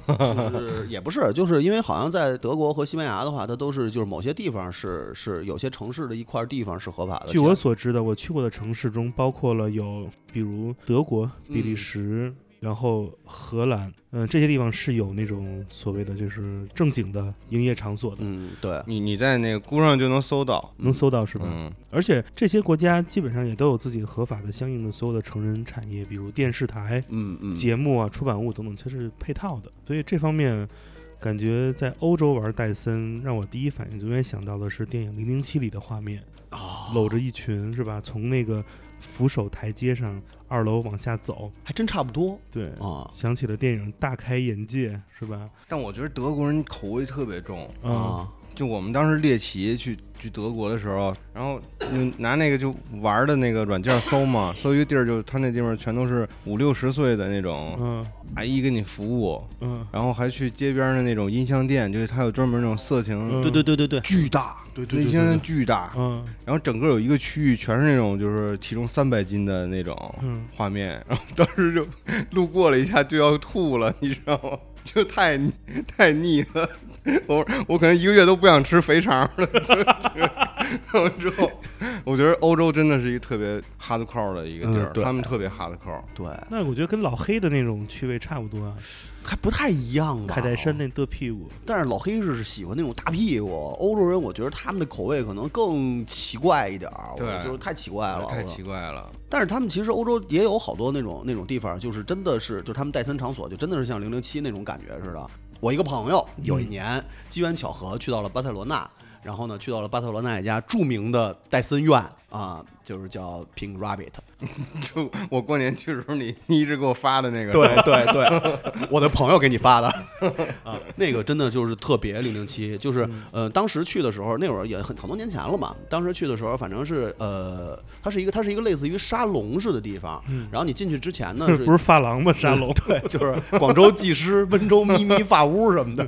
就是也不是，就是因为好像在德国和西班牙的话，它都是就是某些地方是是有些城市的一块地方是合法的。据我所知的，我去过的城市中包括了有，比如德国、比利嗯时，然后荷兰，嗯、这些地方是有那种所谓的就是正经的营业场所的，嗯，对，你你在那个估上就能搜到，能搜到是吧？嗯，而且这些国家基本上也都有自己合法的相应的所有的成人产业，比如电视台、嗯嗯，节目啊、出版物等等，它是配套的。所以这方面，感觉在欧洲玩戴森，让我第一反应就永远想到的是电影《零零七》里的画面，哦，搂着一群是吧，从那个扶手台阶上二楼往下走，还真差不多对，啊想起了电影《大开眼界》是吧？但我觉得德国人口味特别重，嗯、啊，就我们当时猎奇去去德国的时候，然后就拿那个就玩的那个软件搜嘛，搜一个地儿就他那地方全都是五六十岁的那种嗯阿姨给你服务，嗯，然后还去街边的那种音像店，就是他有专门那种色情，嗯对对对对对，巨大，对对对音像对店对巨大，嗯然后整个有一个区域全是那种就是体重三百斤的那种嗯，画面，然后当时就路过了一下就要吐了，你知道吗？ (laughs) 就太太腻了，我我可能一个月都不想吃肥肠了。 (laughs) 就是之后，我觉得欧洲真的是一个特别 hardcore 的一个地儿嗯，对他们特别 hardcore。对，那我觉得跟老黑的那种趣味差不多啊，还不太一样吧？凯戴珊那的屁股。但是老黑是喜欢那种大屁股，欧洲人我觉得他们的口味可能更奇怪一点儿，我对就是太奇怪了，太我奇怪了，但是他们其实欧洲也有好多那种那种地方，就是真的是，就是他们戴森场所就真的是像零零七那种感觉似的。我一个朋友有一嗯年机缘巧合去到了巴塞罗那，然后呢去到了巴塞罗那一家著名的戴森院啊，就是叫 Pink Rabbit。就 (laughs) 我过年去的时候你，你一直给我发的那个，对对 (laughs) 对，我的朋友给你发的啊，那个真的就是特别零零七，就是呃，当时去的时候，那会儿也很很多年前了嘛。当时去的时候，反正是呃，它是一个它是一个类似于沙龙似的地方，然后你进去之前呢嗯 (laughs) 是 (laughs) 不是发廊吗？沙龙 (laughs) 对，就是广州技师、温州咪咪发屋什么 (laughs) 的，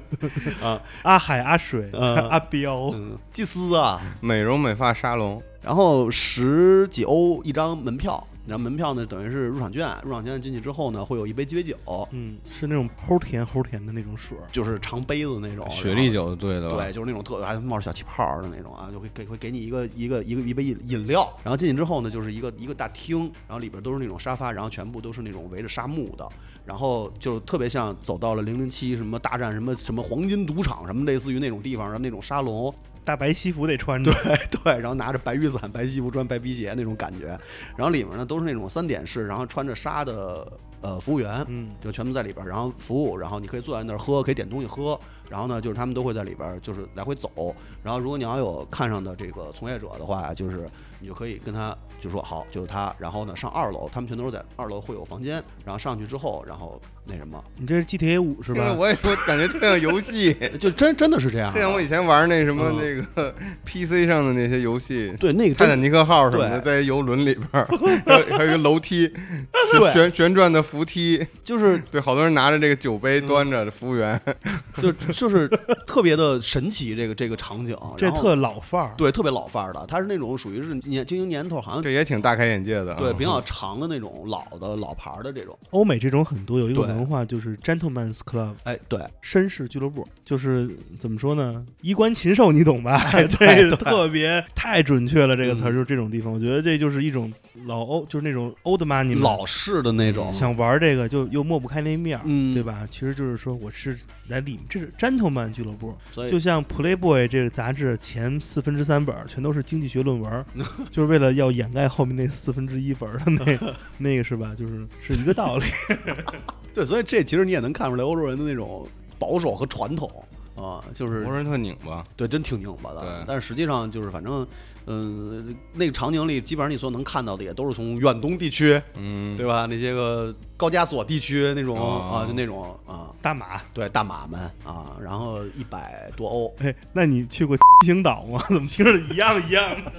阿海、阿水、嗯阿彪，嗯，祭司啊。 (laughs) 美容美发沙龙，然后十几欧一张门票，然后门票呢等于是入场券，入场券进去之后呢，会有一杯鸡尾酒，嗯，是那种齁甜齁甜的那种水儿。就是长杯子那种雪莉。酒对的然后吧？对，就是那种特还冒着小气泡儿的那种啊，就会给会给你一个一个一个一杯饮饮料，然后进去之后呢，就是一个一个大厅，然后里边都是那种沙发，然后全部都是那种围着沙漠的，然后就特别像走到了零零七什么大战什么什么黄金赌场什么类似于那种地方，然后那种沙龙，大白西服得穿着， (laughs) 对，然后拿着白雨伞、白西服穿、白皮鞋那种感觉，然后里面呢都是那种三点式，然后穿着纱的呃服务员，嗯，就全部在里边儿，然后服务，然后你可以坐在那儿喝，可以点东西喝，然后呢，就是他们都会在里边儿就是来回走，然后如果你要有看上的这个从业者的话，就是你就可以跟他就说好，就是他，然后呢上二楼，他们全都是在二楼会有房间，然后上去之后，然后那什么，你这是 GTA 五是听着吧？我也说感觉特像 (laughs) 游戏，呃就真真的是这样啊就的，像我以前玩那什么嗯那个 (laughs) PC 上的那些游戏，对那个泰真坦尼克号什么的，对在游轮里边 (laughs) 儿，还有还有一个楼梯，对是旋旋转的扶梯，就是对，好多人拿着这个酒嗯杯端着，服务员，就 (laughs) 就是特别的神奇，这个这个场景，啊这然后特老范儿，对特别老范儿的，他是那种属于是年经营年头好像这也挺大开眼界的啊。对比较长的那种老的老牌儿的这种，欧美这种很多有一个对文化就是 gentleman's club 哎对。绅士俱乐部，就是怎么说呢？衣冠禽兽，(laughs) 你懂吧？对这个特别太准确了，这个词儿嗯就是这种地方，我觉得这就是一种老欧，就是那种 old money 嘛老式的那种，想玩这个就又抹不开那面儿，嗯对吧？其实就是说我是来里面，这是 gentleman 俱乐部，所哎以就像 Playboy 这个杂志前四分之三本儿全都是经济学 (laughs) 论文儿，就是为了要掩盖后面那四分之一本儿 (laughs) 的那那个是吧？就是是一个道理。对，所以这其实你也能看出来欧洲人的那种保守和传统啊，就是摩人特拧巴，对，真挺拧巴的对。但是实际上就是，反正嗯、那个场景里基本上你所能看到的也都是从远东地区，嗯，对吧？那些个高加索地区那种、哦啊，就那种啊，大马，对，大马们啊，然后一百多欧。哎，那你去过 (laughs) 青岛吗？怎么听着一样一样的？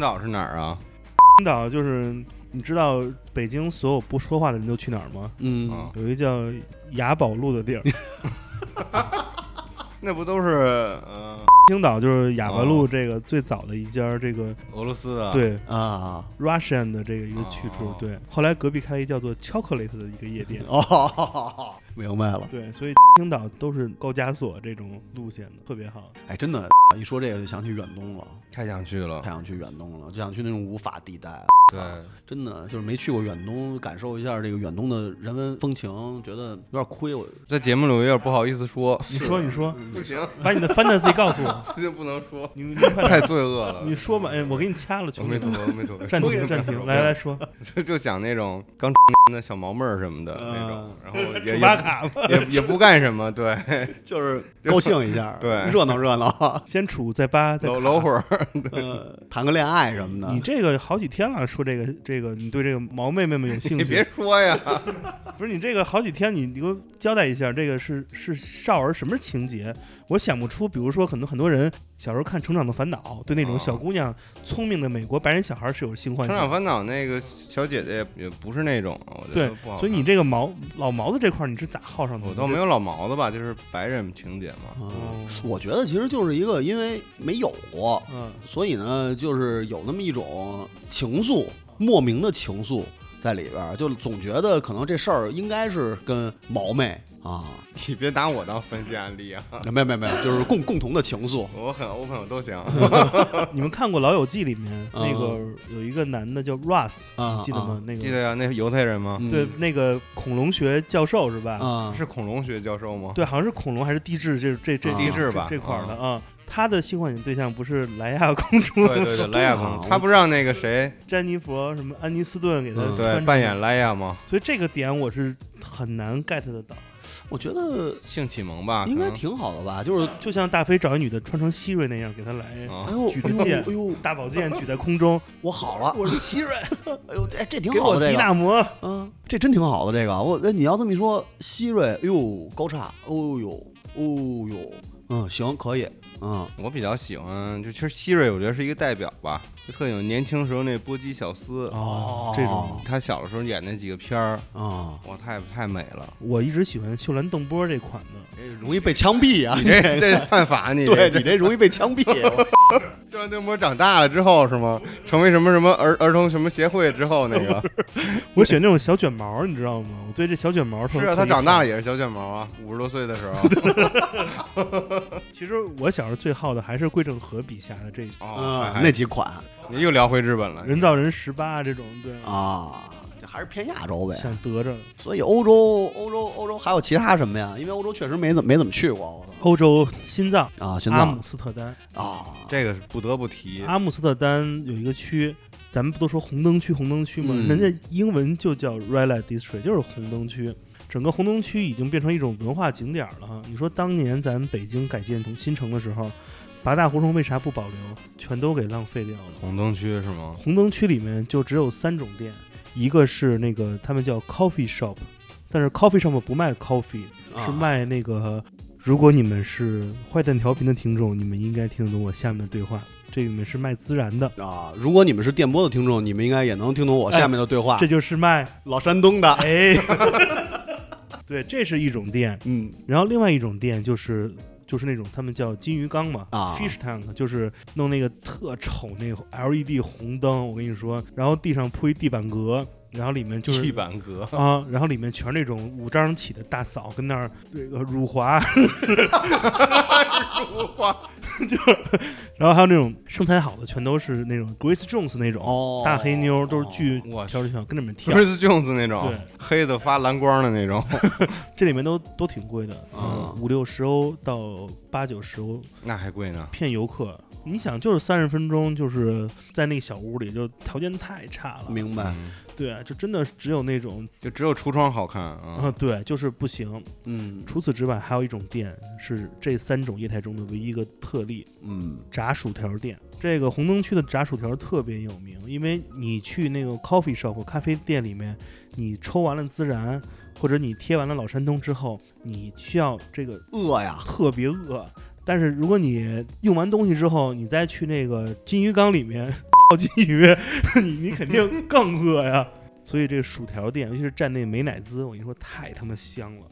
岛是哪儿啊？青岛就是你知道北京所有不说话的人都去哪儿吗？嗯，啊，有一个叫雅宝路 (laughs) 的地儿，那不都是呃青岛就是雅宝哦路这个最早的一家这个俄罗斯的？，对啊， Russian 的这个一个去处哦。对，后来隔壁开了一叫做 Chocolate 的一个夜店。哦，明白了。对，所以青岛都是高加索这种路线的，特别好。哎，真的，一说这个就想起远东了，太想去了太。想去远东了，就想去那种无法地带。对，真的就是没去过远东，感受一下这个远东的人文风情，觉得有点亏。我在节目里我有点不好意思说，你说，你说，不行，把你的 fantasy 告诉我， (laughs) 这不能说，你你快太点，罪恶了。你说吧。哎，我给你掐了，我兄没弟读，们，我没读。暂停暂停，来来说，就就想那种刚的小毛妹儿什么的嗯那种， (laughs) 然后也 (laughs) 楚巴卡吧，也也也不干什么，对， (laughs) (laughs) 就是高兴一 (laughs) 下，对热闹热 (laughs) 闹，先处再扒再搂卡搂会。儿，呃，谈个恋爱什么的。你这个好几天了，说这个这个，你对这个毛妹妹们有兴你趣？别说呀，不是你这个好几天，你你给我交代一下，这个是是少儿什么情节？我想不出。比如说，很多很多人小时候看《成长的烦恼》，对那种啊小姑娘、聪明的美国白人小孩是有性幻《成想长的。烦恼》那个小姐姐也不是那种，啊我觉对得不好看。所以你这个毛老毛子这块儿你是咋耗上的？我倒没有老毛子吧，就是白人情节嘛。嗯哦，我觉得其实就是一个因为没有过，嗯，所以呢，就是有那么一种情愫，莫名的情愫在里边儿，就总觉得可能这事儿应该是跟毛妹啊，你别拿我当分析案例啊，没有没有没有，就是共共同的情愫。我很 open，我都行。嗯你们看过《老友记》里面嗯那个有一个男的叫 Russ，啊，记得吗？那嗯记个得呀，那是犹太人吗？嗯对那个恐龙学教授是吧？啊？是恐龙学教授吗？嗯对，好像是恐龙还是地质这这这啊地质嗯吧嗯这这块儿的啊。他的性幻想对象不是莱娅公主 (laughs) 对对对，莱娅对啊公 (laughs) 我主，他不让那个谁 (laughs) 詹妮弗什么安妮斯顿给他嗯对穿扮演，莱娅吗？所以这个点我是很难 get 得到。我觉得性启蒙吧， (laughs) 应该可能挺好的吧，就是。就像大飞找一女的穿成希瑞那样给他来哎啊。呦，举着哎呦剑哎呦，大宝剑举在 (laughs) 空中，我好了， (laughs) 我是奇人。哎呦，哎，这挺给好我的迪这个，纳摩。嗯，这真挺好的这个。我，哎，你要这么一说，希瑞，哎呦，高差，哦呦，哦呦，嗯，行，可以，嗯，我比较喜欢，就其实希瑞，我觉得是一个代表吧，就特有年轻时候那波姬小斯，哦这种他小的时候演那几个片儿，啊，哇，太太美了。 (laughs) 我一直喜欢秀兰邓波这款的，这容易被枪毙啊！你这这犯法，(laughs) 你对你这容易被枪 (laughs) 毙。就像邓波长大了之后是吗？成为什么什么儿儿童什么协会之哎后 (laughs) 那个我选那种小卷毛，你知道吗？我对这小卷毛特是啊，他长大了特也是小卷毛啊，五十多岁的时 (laughs) 候别其实我小时候最好的还是桂正和笔下的这哦嗯，哎那几款你又聊回日本了哎人造人十八这种，对，啊，这还是偏亚洲呗。想得着所以欧洲、欧洲、欧洲还有其他什么呀？因为欧洲确实没怎么没怎么去过，我操欧洲心脏啊，现在阿姆斯特丹，啊，这个是不得不提。阿姆斯特丹有一个区，咱们不都说红灯区红灯区吗？嗯人家英文就叫 Red Light District，就是红灯区。整个红灯区已经变成一种文化景点了哈。你说当年咱们北京改建成新城的时候，八大胡同为啥不保留，全都给浪费掉了？红灯区是吗？红灯区里面就只有三种店，一个是那个他们叫 coffee shop，但是 coffee shop 不卖 coffee，、啊是卖那个。如果你们是坏蛋调频的听众，你们应该听得懂我下面的对话。这里面是卖孜然的，啊！如果你们是电波的听众，你们应该也能听懂我下面的对话。这就是卖老山东的，哎， (laughs) 对，这是一种店。嗯然后另外一种店就是就是那种他们叫金鱼缸嘛啊，fish tank，就是弄那个特丑那个 LED 红灯，我跟你说，然后地上铺一地板革，然后里面就是地板革，啊，然后里面全是那种五张起的大嫂跟那儿这个辱华， (laughs) 辱华，就是，然后还有那种身材好的全都是那种 Grace Jones 那种、哦，大黑妞，都是巨我条条跟里面跳不，是 Jones 那种对，黑的发蓝光的那种， (laughs) 这里面都都挺贵的，啊嗯，五六十欧到八九十欧那还贵呢。骗游客。你想，就是三十分钟，就是在那个小屋里，就条件太差了。明白，嗯对，啊就真的只有那种，就只有橱窗好看啊、啊。对，就是不行。嗯除此之外，还有一种店是这三种业态中的唯一一个特例嗯——炸薯条店。这个红灯区的炸薯条特别有名，因为你去那个 coffee shop 咖啡店里面，你抽完了孜然，或者你贴完了老山东之后，你需要这个饿呀，特别饿。但是如果你用完东西之后，你再去那个金鱼缸里面 (laughs) 泡金鱼，你你肯定更饿呀。 (laughs) 所以这个薯条店，尤其是蘸那美乃滋，我跟你说太他妈香了，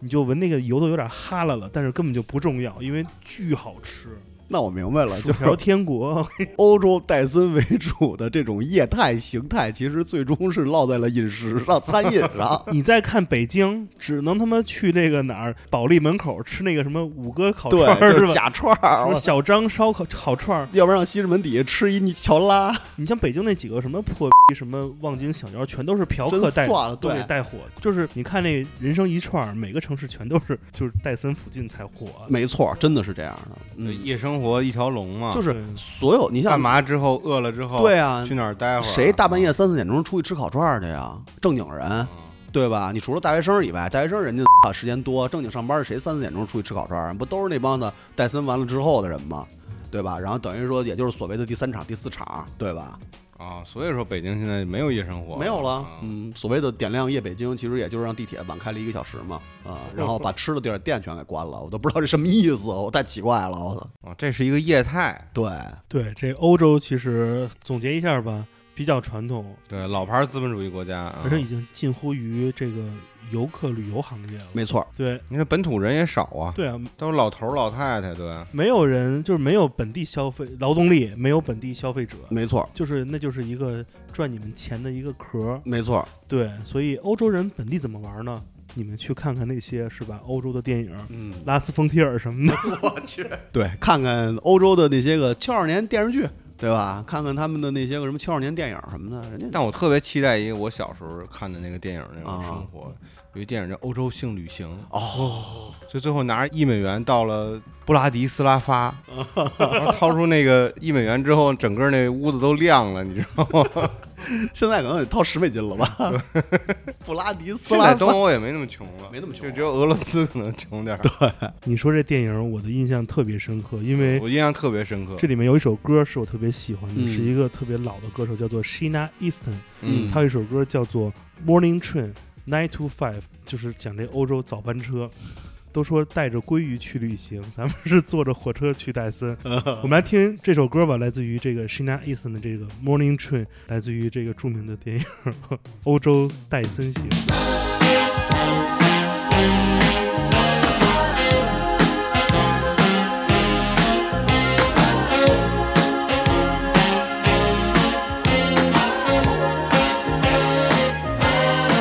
你就闻那个油都有点哈喇了，但是根本就不重要，因为巨好吃。那我明白了，薯就是条天 (laughs) 国，。欧洲戴森为主的这种业态形态，其实最终是落在了饮食上、餐饮 (laughs) 上你再看北京，只能他妈去那个哪儿保利门口吃那个什么五哥烤对串，儿就是是吧？假串什儿，么我小张烧烤烤串儿，要不然让西直门底下吃一乔拉，你像北京那几个什么破什么望京小腰，全都是嫖真客带算了都给对带火。就是你看那人生一串儿，每个城市全都是就是戴森附近才火，没错，真的是这样的。嗯，夜生活一条龙嘛，就是对所有你想干嘛之后饿了之后，对啊去，哪儿待会儿？谁大半夜三四点钟出去吃烤串儿去呀？正经人嗯？，对吧？你除了大学生以外，大学生人家啊时间多，正经上班的谁三四点钟出去吃烤串儿？不都是那帮子戴森完了之后的人吗？对吧？然后等于说，也就是所谓的第三场、第四场，对吧？啊，所以说北京现在没有夜生活，没有了，嗯，嗯，所谓的点亮夜北京，其实也就是让地铁晚开了一个小时嘛，啊，然后把吃的地儿店全给关了，我都不知道这什么意思，我太奇怪了，我操！啊，这是一个业态，对，对这欧洲其实总结一下吧，比较传统，对，老牌资本主义国家啊而，且已经近乎于这个游客旅游行业了。没错，对你看本土人也少啊，对啊，都是老头儿老太太，对吧，没有人就是没有本地消费劳动力，没有本地消费者。没错，就是，那就是一个赚你们钱的一个壳儿，没错，对，所以欧洲人本地怎么玩呢？你们去看看那些是吧？欧洲的电影，嗯，拉斯冯提尔 (laughs) 什么的，对，看看欧洲的那些个七二年电视剧，对吧？看看他们的那些个什么七二年电影什么的，人家但我特别期待一个我小时候看的那个电影那种啊生活，有一电影叫《欧洲性旅行》，哦，就最后拿着一美元到了布拉迪斯拉发，然后掏出那个一美元之后，整个那屋子都亮了，你知道吗？现在可能得掏十美金了 (laughs) 吧？布拉迪斯现在拉东欧也没那么穷了，没那么穷就只有俄罗斯可能穷点儿。你说这电影，我的印象特别深刻，因为我印象特别深刻。这里面有一首歌是我特别喜欢的，哦嗯是一个特别老的歌手，叫做 Sheena Easton，嗯她有一首歌叫做《Morning Train Nine to Five》，就是讲这欧洲早班车。都说带着鲑鱼去旅行，咱们是坐着火车去戴森。我们来听这首歌吧，来自于这个 Sheena Easton 的这个《Morning Train》，来自于这个著名的电影《 (laughs) 欧洲戴森行》。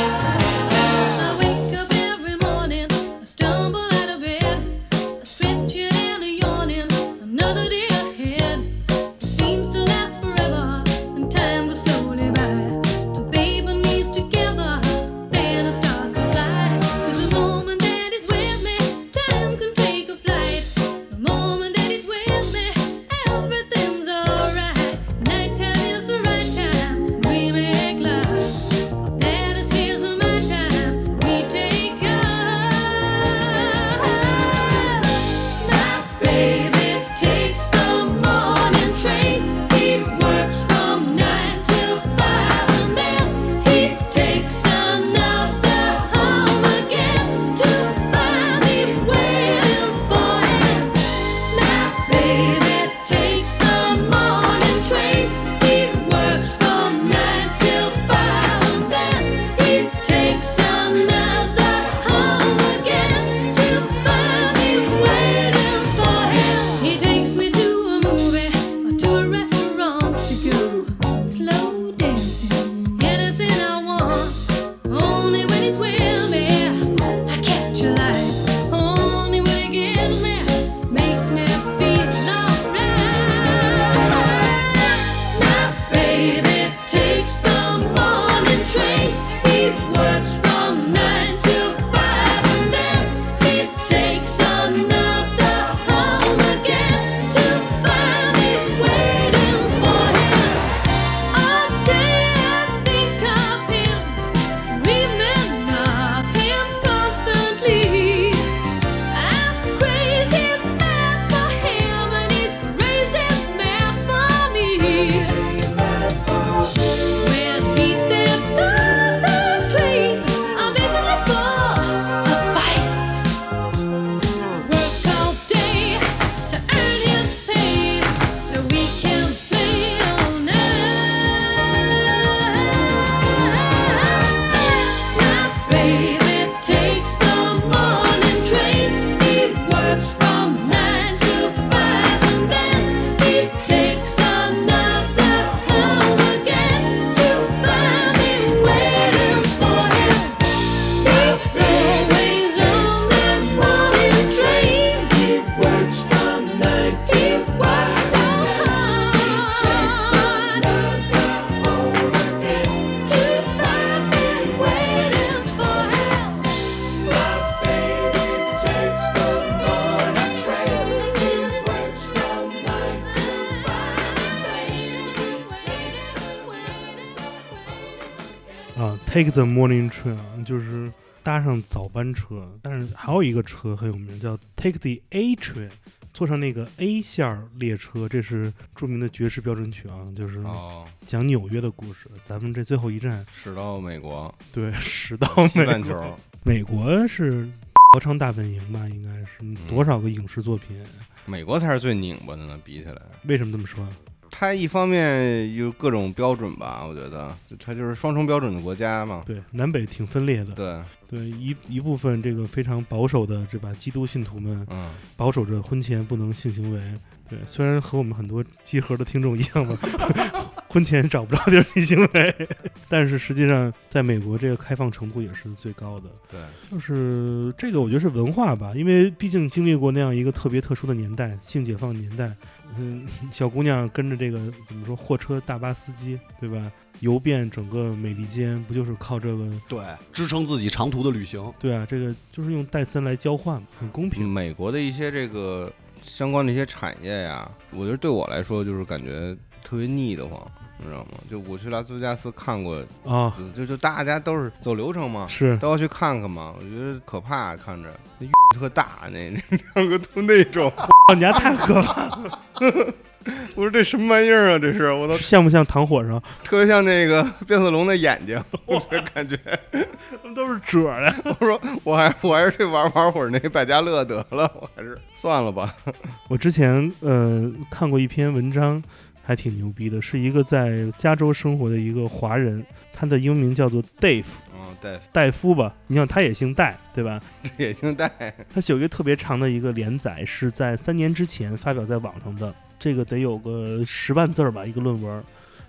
I wake up every morning, I stumble out of bed, I stretch it and a yawning, another day ahead. It seems to last forever, and time goes slowly by. Two baby knees together 啊 Take the morning train 啊，就是搭上早班车。但是还有一个车很有名，叫 Take the A train，坐上那个 A 线儿列车，这是著名的爵士标准曲啊，就是哦，讲纽约的故事。咱们这最后一站，驶到美国对， (laughs) 驶到哦西美半国。球，美国是合唱大本营吧？应该是多少个影视作品？美国才是最拧巴的呢，比起来。为什么这么说？啊它一方面有各种标准吧，我觉得就它就是双重标准的国家嘛。对，南北挺分裂的。对，对，一一部分这个非常保守的这把基督信徒们嗯，保守着婚前不能性行为。对，虽然和我们很多集合的听众一样吧， (laughs) 婚前找不着地儿性行为， (laughs) 但是实际上在美国这个开放程度也是最高的。对，就是这个，我觉得是文化吧，因为毕竟经历过那样一个特别特殊的年代，性解放年代，嗯，小姑娘跟着这个怎么说，货车大巴司机，对吧？游遍整个美利坚，不就是靠这个？对，支撑自己长途的旅行。对啊，这个就是用戴森来交换，很公平。美国的一些这个相关的一些产业呀，我觉得对我来说就是感觉特别腻得慌，你知道吗？就我去拉斯维加斯看过，啊，就就就大家都是走流程嘛， (laughs) 是都要去看看嘛。我觉得可怕，啊看着那 (laughs) 特大，那那 (laughs) 两个都那种，哦你家太可 (laughs) 怕，我说这什么玩意儿啊？这是，我 (laughs) 都像不像糖火烧？特别像那个 (laughs) 变色龙的眼睛，我这感觉。他们都是褶儿的。我说我还我还是去玩玩会儿那百家乐得了，我还是算了吧。我之前呃看过一篇文章，还挺牛逼的，是一个在加州生活的一个华人，他的英名叫做 Dave 嗯，对，戴夫吧。你想他也姓戴，对吧？ (laughs) 这也姓戴，他写过一个特别长的一个连载，是在三年之前发表在网上的，这个得有个十万字儿吧，一个论文儿。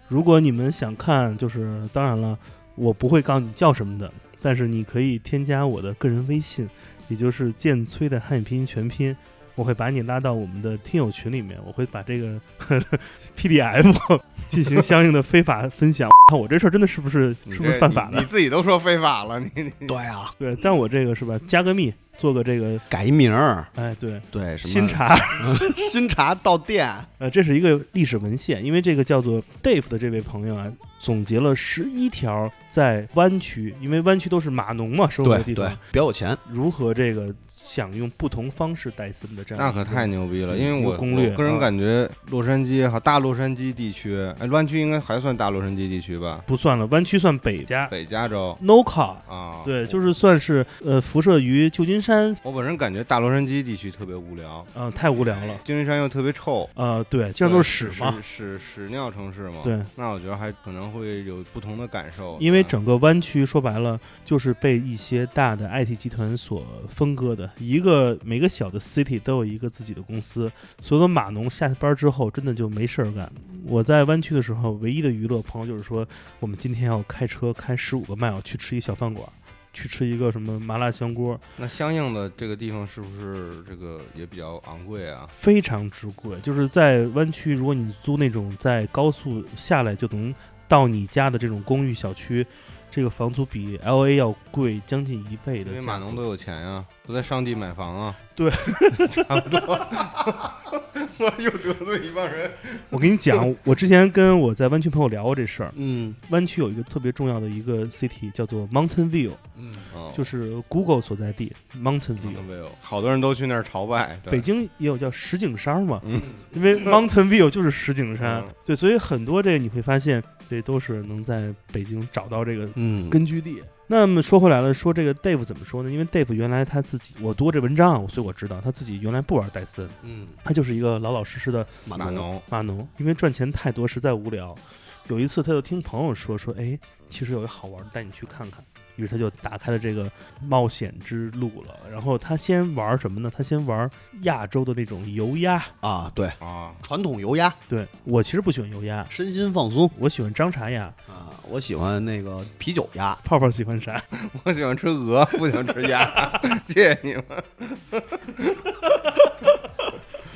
如果你们想看，就是当然了，我不会告诉你叫什么的，但是你可以添加我的个人微信，也就是剑崔的汉语拼音全拼。我会把你拉到我们的听友群里面，我会把 (laughs) 这个呵呵 PDF 进行相应的非法分享。看我这事儿真的是 (laughs) 不是你是不是这犯法你了你？自己都说非法了， (laughs) 你你对啊，对，但我这个是吧，加个密，做个这个，改一名儿，哎，对，对，什么新茶新茶到店，呃，这是一个历史文献，因为这个叫做 Dave 的这位朋友啊，总结了十一条在湾区，因为湾区都是码农嘛，生活的对地对方，，比较有钱，如何这个享用不同方式戴森的这样那一个可太牛逼了。因为有我嗯攻略啊我个人感觉，洛杉矶哈大洛杉矶地区，哎，湾区应该还算大洛杉矶地区吧？不算了，湾区算北加北加州 No Car，啊，对，就是算是呃辐射于旧金山，我本人感觉大洛杉矶地区特别无聊，呃，太无聊了，旧金山又特别臭，呃，对，这样都是屎嘛，是屎屎尿城市嘛？对，那我觉得还可能会有不同的感受，因为对整个湾区说白了就是被一些大的 IT 集团所分割的。一个每个小的 city 都有一个自己的公司，所有的码农下班之后真的就没事儿干。我在湾区的时候，唯一的娱乐，朋友就是说，我们今天要开车开十五个 mile 去吃一小饭馆，去吃一个什么麻辣香锅，那相应的这个地方是不是这个也比较昂贵啊？非常之贵。就是在湾区，如果你租那种在高速下来就能到你家的这种公寓小区。这个房租比 L A 要贵将近一倍的因价格，为码农都有钱啊，都在上帝买房啊。对， (laughs) 差不多。我又得罪一帮人。 (laughs) 我跟你讲，我之前跟我在湾区朋友聊过这事儿。嗯湾区有一个特别重要的一个 city 叫做 Mountain View，嗯，哦就是 Google 所在地 Mountain 没 View。有好多人都去那儿朝拜。对北京也有叫石景山嘛，嗯因为 Mountain View 就是石景山嗯，对，所以很多这个你会发现，这都是能在北京找到这个嗯，根据地。那么说回来了，说这个 Dave 怎么说呢？因为 Dave 原来他自己，我读过这文章，所以我知道他自己原来不玩戴森，嗯，他就是一个老老实实的码码农，码农，因为赚钱太多实在无聊。有一次，他就听朋友说说，哎，其实有一好玩的，带你去看看。于是他就打开了这个冒险之路了。然后他先玩什么呢？他先玩亚洲的那种油鸭。啊，对，啊，传统油鸭，对我其实不喜欢油鸭，身心放松我喜欢张茶鸭。啊，我喜欢那个啤酒鸭，泡泡喜欢啥？我喜欢吃鹅，不喜欢吃 (laughs) 鸭。谢谢你们。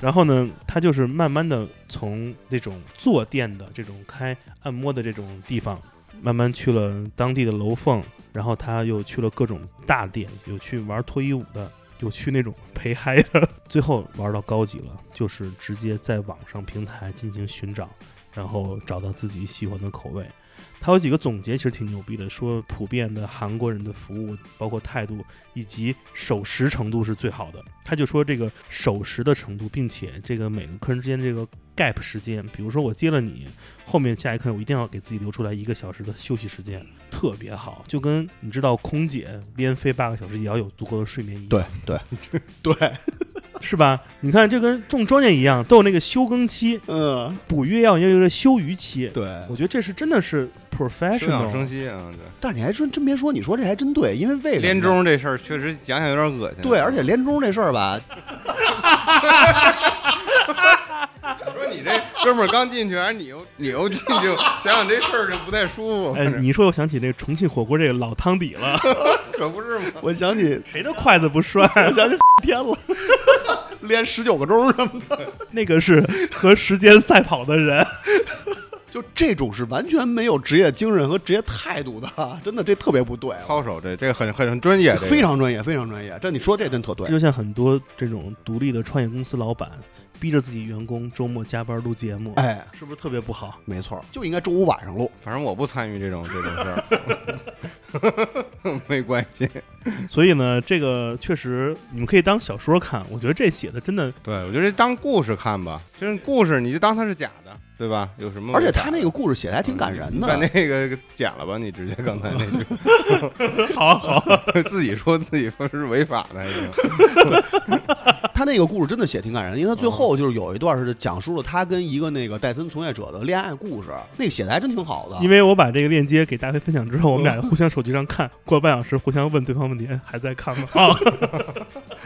然后呢，他就是慢慢的从这种坐店的这种开按摩的这种地方，慢慢去了当地的楼缝，然后他又去了各种大店，有去玩脱衣舞的，有去那种陪嗨的，最后玩到高级了，就是直接在网上平台进行寻找，然后找到自己喜欢的口味。他有几个总结，其实挺牛逼的，说普遍的韩国人的服务，包括态度以及守时程度是最好的。他就说这个守时的程度，并且这个每个客人之间这个 gap 时间，比如说我接了你，后面下一刻我一定要给自己留出来一个小时的休息时间，特别好，就跟你知道空姐连飞八个小时也要有足够的睡眠一样。对 (laughs) 对对，是吧？你看，这跟种庄稼一样，都有那个休耕期，嗯，捕鱼要有一个休渔期。对。我觉得这是真的是休养生 professional，息啊，对。但是你还真真别说，你说这还真对，因为为什么呢连钟这事儿确实讲讲有点恶心。对，而且连钟这事儿吧，说你这哥们儿刚进去，哎，你又你又进去，想想这事儿就不太舒服，哎，你一说我想起那个重庆火锅这个老汤底了，可不是吗？我想起谁的筷子不摔？ (laughs) 我想起天了，连十九个钟什么的， (laughs) 那个是和时间赛跑 (laughs) 的人，就这种是完全没有职业精神和职业态度的， (laughs) 真的这特别不对，啊操守这这很很很专业，这个非常专业，非常专业。这你说这真特对这，就像很多这种独立的创业公司老板，逼着自己员工周末加班录节目，，哎，是不是特别不好？没错，就应该周五晚上录。反正我不参与这种这 (laughs) 种事儿， (laughs) 没关系。所以呢，这个确实你们可以当小说看，我觉得这写的真的对，我觉得这当故事看吧，就是故事你就当它是假的，对吧？有什么？而且他那个故事写的还挺感人把嗯那的，个给剪了吧，你直接刚才那句。(laughs) 好好， (laughs) 自己说自己说是违法的，已经他那个故事真的写挺感人的，因为他最嗯后就是有一段是讲述了他跟一个那个戴森从业者的恋爱故事，那个写的还真挺好的。因为我把这个链接给大飞分享之后，我们俩互相手机上看，过了半小时互相问对方问题，哎还在看 (laughs) 吗？啊，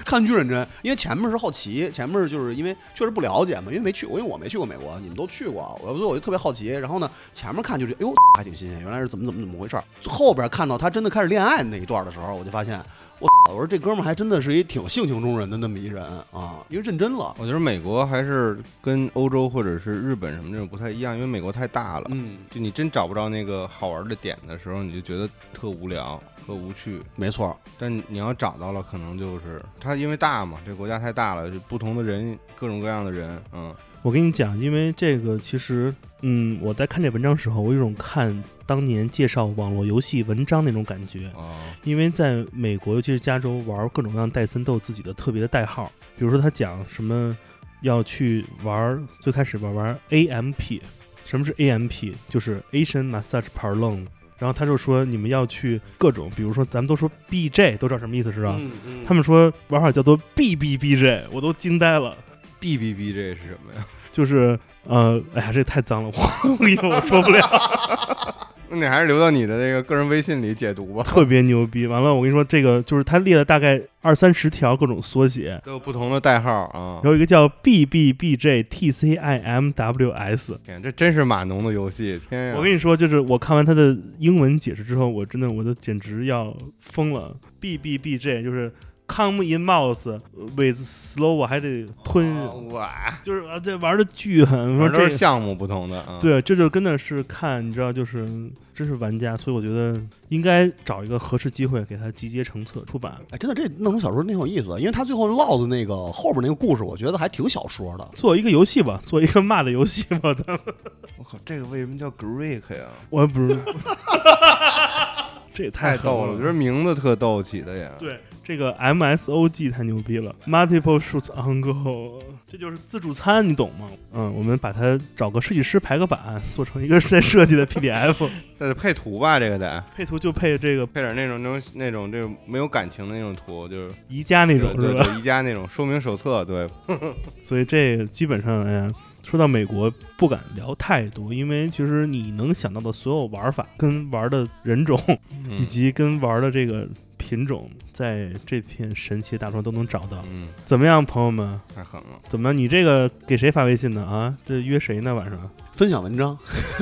看剧认真，因为前面是好奇，前面就是因为确实不了解嘛，因为没去过，因为我没去过美国，你们都去过，我所以我就特别好奇。然后呢，前面看就是，哎呦， (laughs) 还挺新鲜，原来是怎么怎么怎么回事儿。后边看到他真的开始恋爱那一段的时候，我就发现，我 (laughs) 我说这哥们儿还真的是一挺性情中人的那么一人啊，因为认真了，我觉得美国还是跟欧洲或者是日本什么这种不太一样，因为美国太大了，嗯，就你真找不着那个好玩的点的时候，你就觉得特无聊、特无趣。没错，但你要找到了，可能就是它因为大嘛，这国家太大了，就不同的人，各种各样的人，嗯，我跟你讲，因为这个其实，嗯，我在看这文章的时候，我有一种看当年介绍网络游戏文章那种感觉。哦，因为在美国，尤其是加州，玩各种各样戴森都有自己的特别的代号，比如说他讲什么要去玩，最开始玩玩 AMP，什么是 AMP？就是 Asian Massage Parlor。然后他就说你们要去各种，比如说咱们都说 BJ，都知道什么意思是吧？嗯嗯他们说玩法叫做 BBBJ，我都惊呆了。 B B B 这是什么呀？ (laughs) 就是呃，哎呀，这太脏了，我我跟你说我说 (laughs) 不了，那你还是留到你的那个个人微信里解读吧，特别牛逼。完了，我跟你说，这个就是他列了大概二三十条各种缩写，都有不同的代号啊。有一个叫 B B B J T C I M W S。天，这真是码农的游戏，天呀！我跟你说，就是我看完他的英文解释之后，我真的我都简直要疯了。B B B J 就是 come in mouth with slow，我还得吞，哇， (laughs) 就是啊，这玩的巨狠。反我说正都这是项目不同的啊。对，这就真的是看，你知道，就是真是玩家，所以我觉得应该找一个合适机会给他集结成册出版。哎，真的这弄成小说挺有意思的，因为他最后唠的那个后边那个故事，我觉得还挺小说的。做一个游戏吧，做一个骂的游戏吧。咱们我靠，这个为什么叫 Greek 呀？我不是， (laughs) 这也太狠逗了，了，我觉得名字特逗起的呀。对这个 M S O G 太牛逼了，Multiple Shoots on Goal，这就是自助餐，你懂吗？嗯，我们把它找个设计师排个版，做成一个在设计的 P D F， (laughs) 那得配图吧，这个得配图就配这个配点那种那种那种这种没有感情的那种图，就是宜家那种对是对吧？对宜家那种说明手册，对，所以这基本上，哎呀，说到美国不敢聊太多，因为其实你能想到的所有玩法、跟玩的人种以嗯及跟玩的这个品种，在这片神奇的大陆上都能找到。嗯，怎么样，朋友们？太狠了。怎么？你这个给谁发微信呢？啊，这约谁呢？晚上？分享文章， (laughs)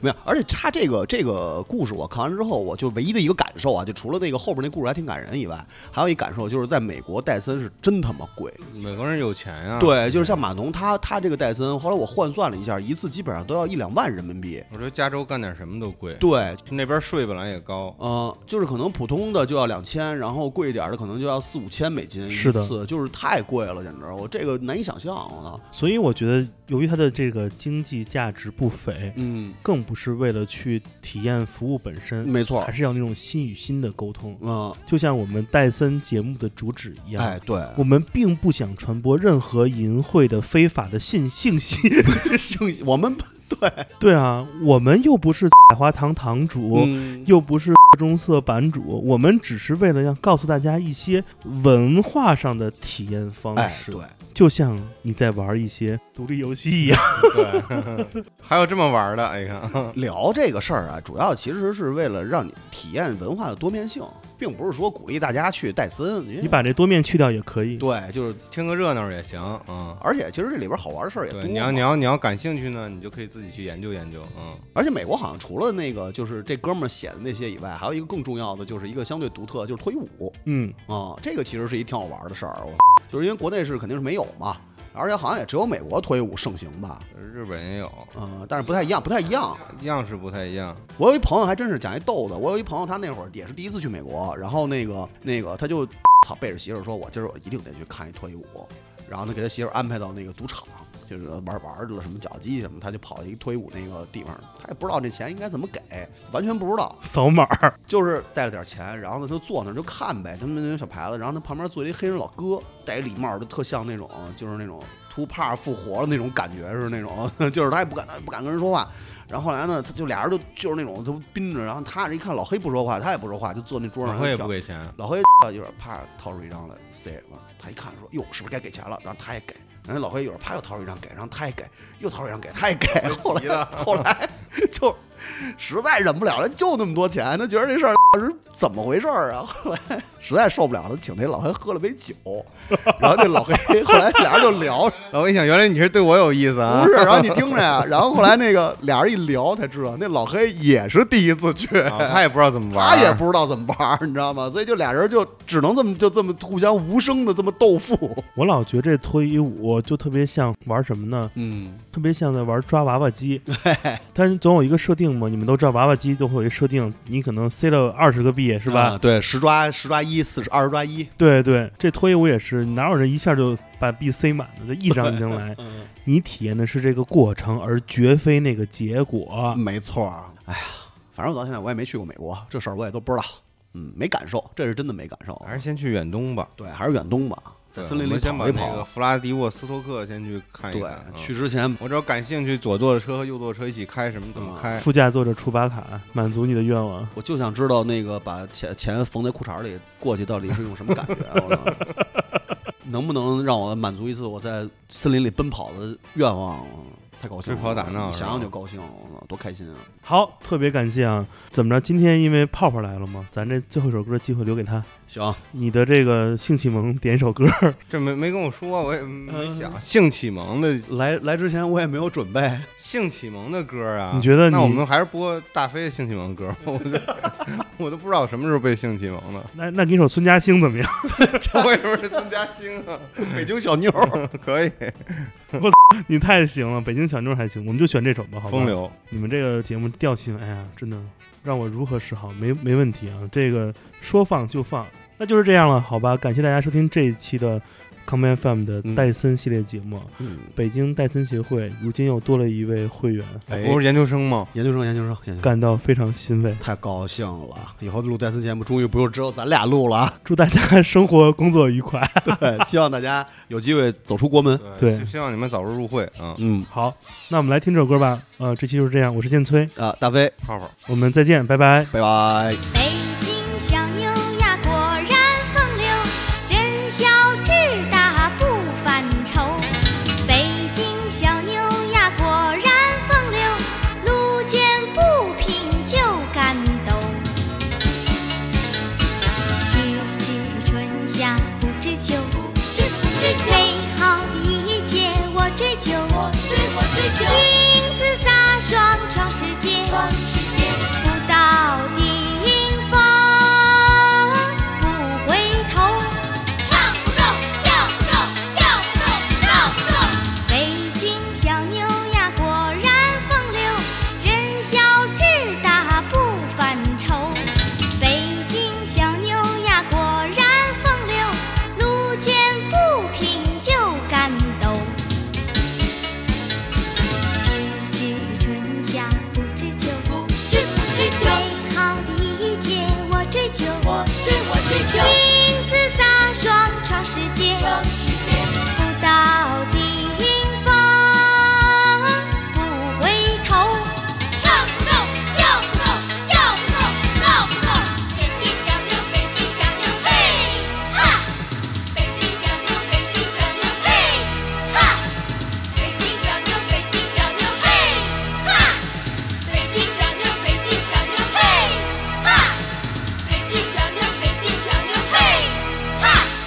没有，而且他这个这个故事我看完之后，我就唯一的一个感受啊，就除了那个后边那故事还挺感人以外，还有一感受就是在美国戴森是真他妈贵，美国人有钱嗯呀，，对，就是像码农他他这个戴森，后来我换算了一下，一次基本上都要一两万人民币，我觉得加州干点什么都贵，对。那边税本来也高，呃，就是可能普通的就要两千，然后贵一点的可能就要四五千美金一是的次，就是太贵了，简直我这个难以想象啊。所以我觉得，由于它的这个经济价值不菲，嗯，更不是为了去体验服务本身，没错还，是要那种心与心的沟通。嗯，就像我们戴森节目的主旨一样，哎，对，我们并不想传播任何淫秽的、非法的信 (laughs) 信息。性我们对啊，我们又不是 (laughs) 百花堂堂主，嗯又不是中色版主，我们只是为了要告诉大家一些文化上的体验方哎，式，对，就像你在玩一些独立游戏一样。对，还有这么玩的，哎你看，聊这个事儿啊，主要其实是为了让你体验文化的多面性，并不是说鼓励大家去戴森。因为你把这多面去掉也可以。嗯对，就是 (laughs) 听个热闹也行啊。而且其实这里边好玩的事儿也多对，嘛。你要你要你要感兴趣呢，你就可以自己去研究研究，嗯，而且美国好像除了那个就是这哥们儿写的那些以外，还有一个更重要的就是一个相对独特，就是脱衣舞嗯，啊、这个其实是一挺好玩的事儿。我就是因为国内是肯定是没有嘛，而且好像也只有美国脱衣舞盛行吧。日本也有，嗯、但是不太一样，不太一样。样式不太一样。我有一朋友还真是讲一逗的，我有一朋友他那会儿也是第一次去美国，然后那个那个他就操背着媳妇儿说，我今儿我一定得去看一脱衣舞，然后他给他媳妇儿安排到那个赌场，就是玩玩去了什么脚机什么，他就跑到一个脱衣舞那个地方，他也不知道这钱应该怎么给，完全不知道，扫码儿，就是带了点钱，然后呢他就坐那儿就看呗，他们那种小牌子，然后他旁边坐了一黑人老哥，戴一礼帽，就特像那种就是那种秃帕复活了那种感觉是那种， (laughs) 就是他也不敢他也不敢跟人说话。然后后来呢，他就俩人就就是那种都憋着，然后他这一看老黑不说话，他也不说话，就坐那桌上我也小不给钱，老黑一会儿啪掏出一张来塞了，他一看说哟是不是该给钱了，然后他也给，然后老黑一会儿啪又掏出一张给，然后他也给，又掏出一张给，他也给，后急来了后 (laughs) 来就实在忍不了了，就那么多钱，他觉得这事儿是怎么回事儿啊？后来实在受不了了，请那老黑喝了杯 (laughs) 酒，然后那老黑后来俩人就聊。然后一想，原来你是对啊我有意思啊不，是，然后你听着呀，然后后来那个俩人一聊才知道，那老黑也是第一次去，啊他也不知道怎么玩他儿，也不知道怎么玩儿，你知道吗？ (laughs) 所以就俩人就只能这么就这么互相无声的这么斗富。我老觉得这脱衣舞就特别像玩什么呢？嗯，特别像在玩抓娃娃 (laughs) 机，但是总有一个设定嘛。你们都知道娃娃机就会有一设定，你可能塞了二十个币是吧？啊对，十抓十抓一，四十二十抓一。对对，这脱衣舞也是，哪有人一下就把币塞满了，就一张一张来？你体验的是这个过程，而绝非那个结果。没错儿。哎呀，反正我到现在我也没去过美国，这事儿我也都不知道。嗯，没感受，这是真的没感受。还是先去远东吧，对，还是远东吧，在对森林我里们先把跑一那个跑。弗拉迪沃斯托克先去看一对看，嗯，去之前我只要感兴趣，左舵车和右舵车一起开，什么怎嗯么开，副驾坐着楚巴卡，满足你的愿望。我就想知道那个把钱钱缝在裤衩里过去到底是一种什么感觉，啊 (laughs) 我操能不能让我满足一次我在森林里奔跑的愿望？太高兴了，追跑打闹是吧想想就高兴，我操，多开心啊！好，特别感谢啊！怎么着？今天因为泡泡来了嘛，咱这最后一首歌的机会留给他。行，你的这个性启蒙点一首歌， (laughs) 这没没跟我说，我也没想。性启蒙的来来之前我也没有准备，性启蒙的歌啊，你觉得那你我们还是播大飞的性启蒙歌吧，我都 (laughs) 我都不知道我什么时候被性启蒙的，那那给你首孙嘉欣怎么样？ (laughs) 我也不是孙嘉欣啊，北京小妞儿， (laughs) 可以，你太行了，北京小妞还行，我们就选这首吧，好吧？风流，你们这个节目调性，哎呀，真的让我如何是好？没没问题啊，这个说放就放，那就是这样了，好吧？感谢大家收听这一期的 Come FM 的嗯戴森系列节目。嗯，北京戴森协会如今又多了一位会员，哎，我是研究生吗？研究生，研究生，研究生。感到非常欣慰。太高兴了！以后录戴森节目，终于不用只有咱俩录了 (laughs) 啊。祝大家生活工作愉快。对，希望大家有机会走出国门。对希希望你们早日入会啊，嗯好，那我们来听这首歌吧。呃，这期就是这样，我是建崔，啊，大飞，泡泡。我们再见，拜拜。拜拜。北京小妞呀，果然风流，人小志大不犯愁。北京小妞呀，果然风流，路见不平就敢抖。只知春夏不知秋，美好的一切我追求。英姿飒爽闯世界，不到顶峰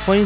欢迎